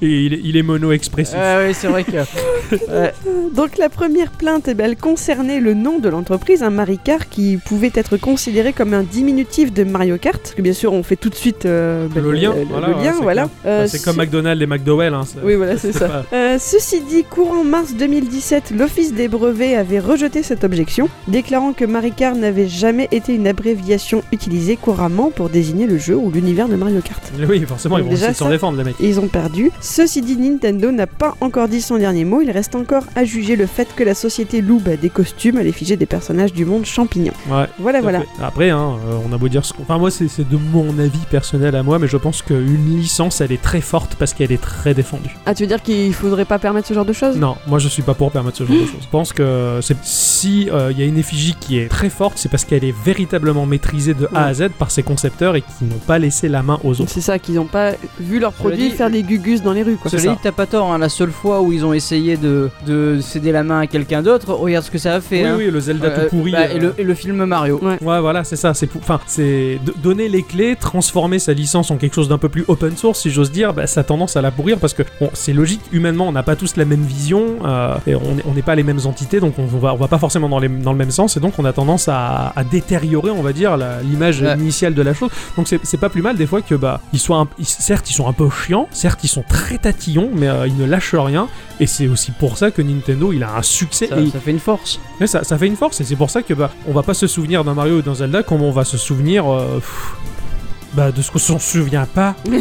Speaker 1: Et il, est- il est mono-expressif.
Speaker 2: Ouais, oui, c'est vrai que. Ouais.
Speaker 3: Donc la première plainte, eh ben, elle concernait le nom de l'entreprise, un Maricar qui pouvait être considéré comme un diminutif de Mario Kart. Parce que bien sûr, on fait tout de suite euh, ben,
Speaker 1: Le lien, voilà,
Speaker 3: le
Speaker 1: ouais,
Speaker 3: lien,
Speaker 1: c'est
Speaker 3: voilà. Euh,
Speaker 1: Enfin, Bah, c'est comme
Speaker 3: ce-
Speaker 1: McDonald's et McDowell. Hein, ça-
Speaker 3: Oui, voilà, c'est ça.
Speaker 1: pas-
Speaker 3: Euh, ceci dit, courant mars 2017, l'Office des brevets avait rejeté cette objection, déclarant que Maricar n'avait jamais été une abréviation utilisée couramment pour désigner le jeu ou l'univers de Mario Kart.
Speaker 1: Mais Oui, forcément, ils vont
Speaker 3: Déjà
Speaker 1: essayer de s'en
Speaker 3: ça.
Speaker 1: défendre, les mecs.
Speaker 3: Et ils ont perdu. Ceci dit, Nintendo n'a pas encore dit son dernier mot, il reste encore à juger le fait que la société loue bah, des costumes à l'effigie des personnages du monde champignon.
Speaker 1: Ouais.
Speaker 3: Voilà,
Speaker 1: Tout à
Speaker 3: voilà.
Speaker 1: fait. Après, hein, euh, on a beau dire ce qu'on. Enfin, moi, c'est c'est de mon avis personnel à moi, mais je pense qu'une licence, elle est très forte parce qu'elle est très défendue.
Speaker 3: Ah, tu veux dire qu'il faudrait pas permettre ce genre de choses
Speaker 1: Non, moi, je suis pas pour permettre ce genre de choses. Je pense que c'est- si euh, il y a une effigie qui est très forte, c'est parce qu'elle est véritablement maîtrisée de A à Z par ses concepteurs et qui n'ont pas laissé la main aux autres.
Speaker 3: C'est ça, qu'ils n'ont pas vu leurs
Speaker 2: Cela
Speaker 3: produits
Speaker 2: dit,
Speaker 3: faire des gugus dans les rues, quoi.
Speaker 1: C'est
Speaker 2: Cela
Speaker 1: ça.
Speaker 2: dit, t'as pas tort, hein, la seule fois où ils ont essayé de, de céder la main à quelqu'un d'autre, oh, regarde ce que ça a fait.
Speaker 1: Oui,
Speaker 2: hein.
Speaker 1: oui, le Zelda
Speaker 2: Euh,
Speaker 1: tout pourri.
Speaker 2: bah, et,
Speaker 1: euh,
Speaker 2: le, et le film Mario.
Speaker 3: Ouais.
Speaker 1: Ouais, voilà, c'est ça. C'est pour- enfin, c'est de- donner les clés, transformer sa licence en quelque chose d'un peu plus open source, si j'ose dire. Bah, ça a tendance à la pourrir parce que bon, c'est logique. Humainement, on n'a pas tous la même vision, euh, et on n'est- on n'est pas les mêmes entités, donc on va, on va pas forcément dans, les- dans le même sens, et donc on a tendance à, à détériorer, on va dire, la- l'image
Speaker 2: Ouais.
Speaker 1: initiale de la chose. Donc c'est c'est pas plus mal des fois que bah ils soient, un- ils- certes ils sont un peu chiants, certes ils sont très tatillons, mais euh, ils ne lâchent rien, et c'est aussi pour ça que Nintendo il a un succès.
Speaker 2: Ça,
Speaker 1: et-
Speaker 2: ça fait une force.
Speaker 1: mais ça, ça fait une force et c'est pour ça que bah on va pas se souvenir d'un Mario ou d'un Zelda comme on va se souvenir euh, pff, bah, de ce qu'on s'en souvient
Speaker 3: *laughs*
Speaker 1: pas
Speaker 3: Non,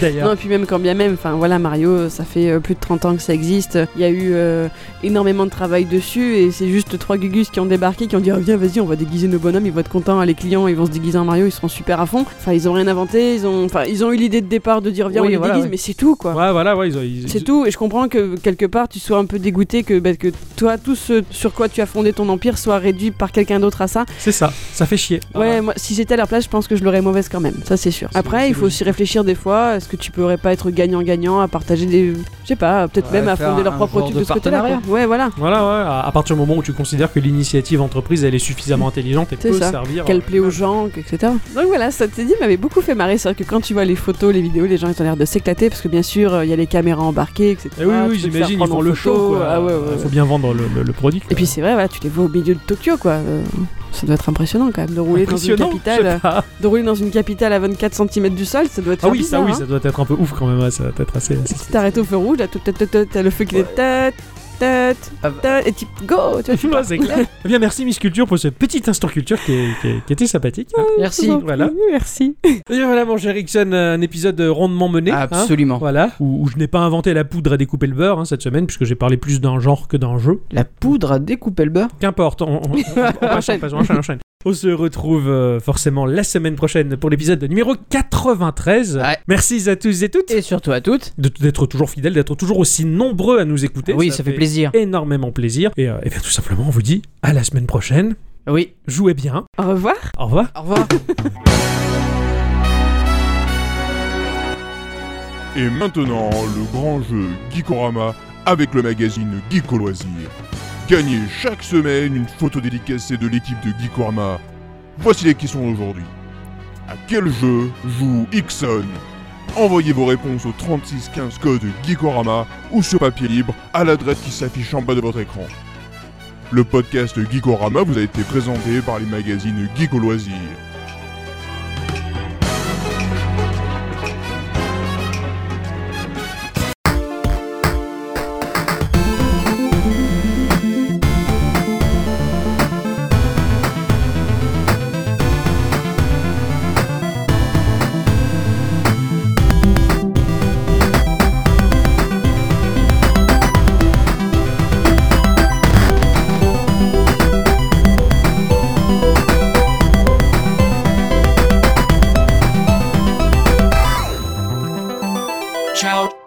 Speaker 1: d'ailleurs.
Speaker 3: et puis même quand bien même, enfin voilà, Mario, ça fait euh, plus de 30 ans que ça existe. Il y a eu euh, énormément de travail dessus et c'est juste trois gugus qui ont débarqué, qui ont dit Ah, viens, vas-y, on va déguiser nos bonhommes, ils vont être contents, hein, les clients, ils vont se déguiser en Mario, ils seront super à fond. Enfin, ils ont rien inventé, ils ont, enfin, ils ont eu l'idée de départ de dire viens,
Speaker 2: Oui,
Speaker 3: on les
Speaker 2: voilà,
Speaker 3: déguise,
Speaker 2: ouais.
Speaker 3: mais c'est tout quoi.
Speaker 1: Ouais voilà ouais ils, ont- ils-
Speaker 3: C'est
Speaker 1: ils-
Speaker 3: tout, et je comprends que quelque part tu sois un peu dégoûté que, bah, que toi, tout ce sur quoi tu as fondé ton empire soit réduit par quelqu'un d'autre à ça.
Speaker 1: C'est ça, ça fait chier.
Speaker 3: Ouais, moi, si j'étais à leur place, je pense que je l'aurais mauvaise quand même, ça c'est sûr.
Speaker 1: Ah. C'est- c'est
Speaker 3: Après, il faut
Speaker 1: logique.
Speaker 3: aussi réfléchir des fois, est-ce que tu pourrais pas être gagnant-gagnant à partager des. Je sais pas, peut-être
Speaker 2: Ouais,
Speaker 3: même à
Speaker 2: faire
Speaker 3: fonder leur
Speaker 2: un
Speaker 3: propre
Speaker 2: genre
Speaker 3: truc
Speaker 2: de
Speaker 3: de ce côté-là.
Speaker 2: partenariat.
Speaker 3: quoi. Ouais, voilà.
Speaker 1: Voilà ouais, à, à partir du moment où tu considères que l'initiative entreprise elle est suffisamment intelligente et
Speaker 3: C'est
Speaker 1: peut
Speaker 3: ça.
Speaker 1: servir euh,
Speaker 3: Qu'elle plaît aux gens, que- etc. Donc voilà, cette dit m'avait beaucoup fait marrer. C'est vrai que quand tu vois les photos, les vidéos, les gens ils ont l'air de s'éclater parce que bien sûr, euh, il y a les caméras embarquées, etc.
Speaker 1: Eh oui, oui,
Speaker 3: Ah, Tu peux te faire
Speaker 1: j'imagine, ils
Speaker 3: prendre
Speaker 1: font
Speaker 3: en
Speaker 1: le
Speaker 3: photo.
Speaker 1: show. Quoi.
Speaker 3: Ah ouais, ouais, ouais.
Speaker 1: Il faut bien vendre le, le- le produit. quoi.
Speaker 3: Et puis c'est vrai, voilà, tu les vois au milieu de Tokyo, quoi. Euh, ça doit être impressionnant quand même de rouler dans une
Speaker 1: Impressionnant, je sais
Speaker 3: capitale,
Speaker 1: pas.
Speaker 3: de rouler dans une capitale à 24 cm du sol, ça doit être
Speaker 1: Ah oui,
Speaker 3: bizarre,
Speaker 1: ça oui,
Speaker 3: hein.
Speaker 1: ça doit être un peu ouf quand même, ouais, ça doit être assez. assez
Speaker 3: Si t'arrêtes au feu rouge, là, tout- tout- tout- tout, t'as le feu qui est tête, tête,
Speaker 2: Ah bah.
Speaker 3: tête, et tu go,
Speaker 2: *laughs*
Speaker 3: tu vois, tu
Speaker 1: Ouais, *laughs*
Speaker 3: pars.
Speaker 1: c'est clair. Eh bien, merci Miss Culture pour ce petit instant culture qui, est- qui est- qui était sympathique. hein.
Speaker 2: Merci.
Speaker 1: Voilà.
Speaker 3: Merci.
Speaker 1: Ah. Et bien voilà, mon cher Ixon, un épisode rondement mené. hein.
Speaker 2: Absolument.
Speaker 1: voilà, où, où je n'ai pas inventé la poudre à découper le beurre hein, cette semaine, puisque j'ai parlé plus d'un genre que d'un jeu.
Speaker 2: La poudre a découpé le beurre.
Speaker 1: Qu'importe, on, on- on- on passe, on passe, on enchaîne, on enchaîne. On se retrouve euh, forcément la semaine prochaine pour l'épisode numéro 93.
Speaker 2: Ouais.
Speaker 1: Merci à tous et toutes
Speaker 2: Et surtout à toutes.
Speaker 1: de- d'être toujours fidèles, d'être toujours aussi nombreux à nous écouter.
Speaker 2: Oui, ça, fait plaisir.
Speaker 1: énormément plaisir. Et, euh, et bien tout simplement, on vous dit à la semaine prochaine.
Speaker 2: Oui.
Speaker 1: Jouez bien.
Speaker 3: Au revoir.
Speaker 1: Au revoir.
Speaker 2: Au revoir.
Speaker 6: Et maintenant, le grand jeu Geekorama avec le magazine Geek au loisir. Gagnez chaque semaine une photo dédicacée de l'équipe de Geekorama. Voici les questions d'aujourd'hui. À quel jeu joue Ixon Envoyez vos réponses au 3615 code Geekorama ou sur papier libre à l'adresse qui s'affiche en bas de votre écran. Le podcast Geekorama vous a été présenté par les magazines Geek au loisir.
Speaker 7: Ciao.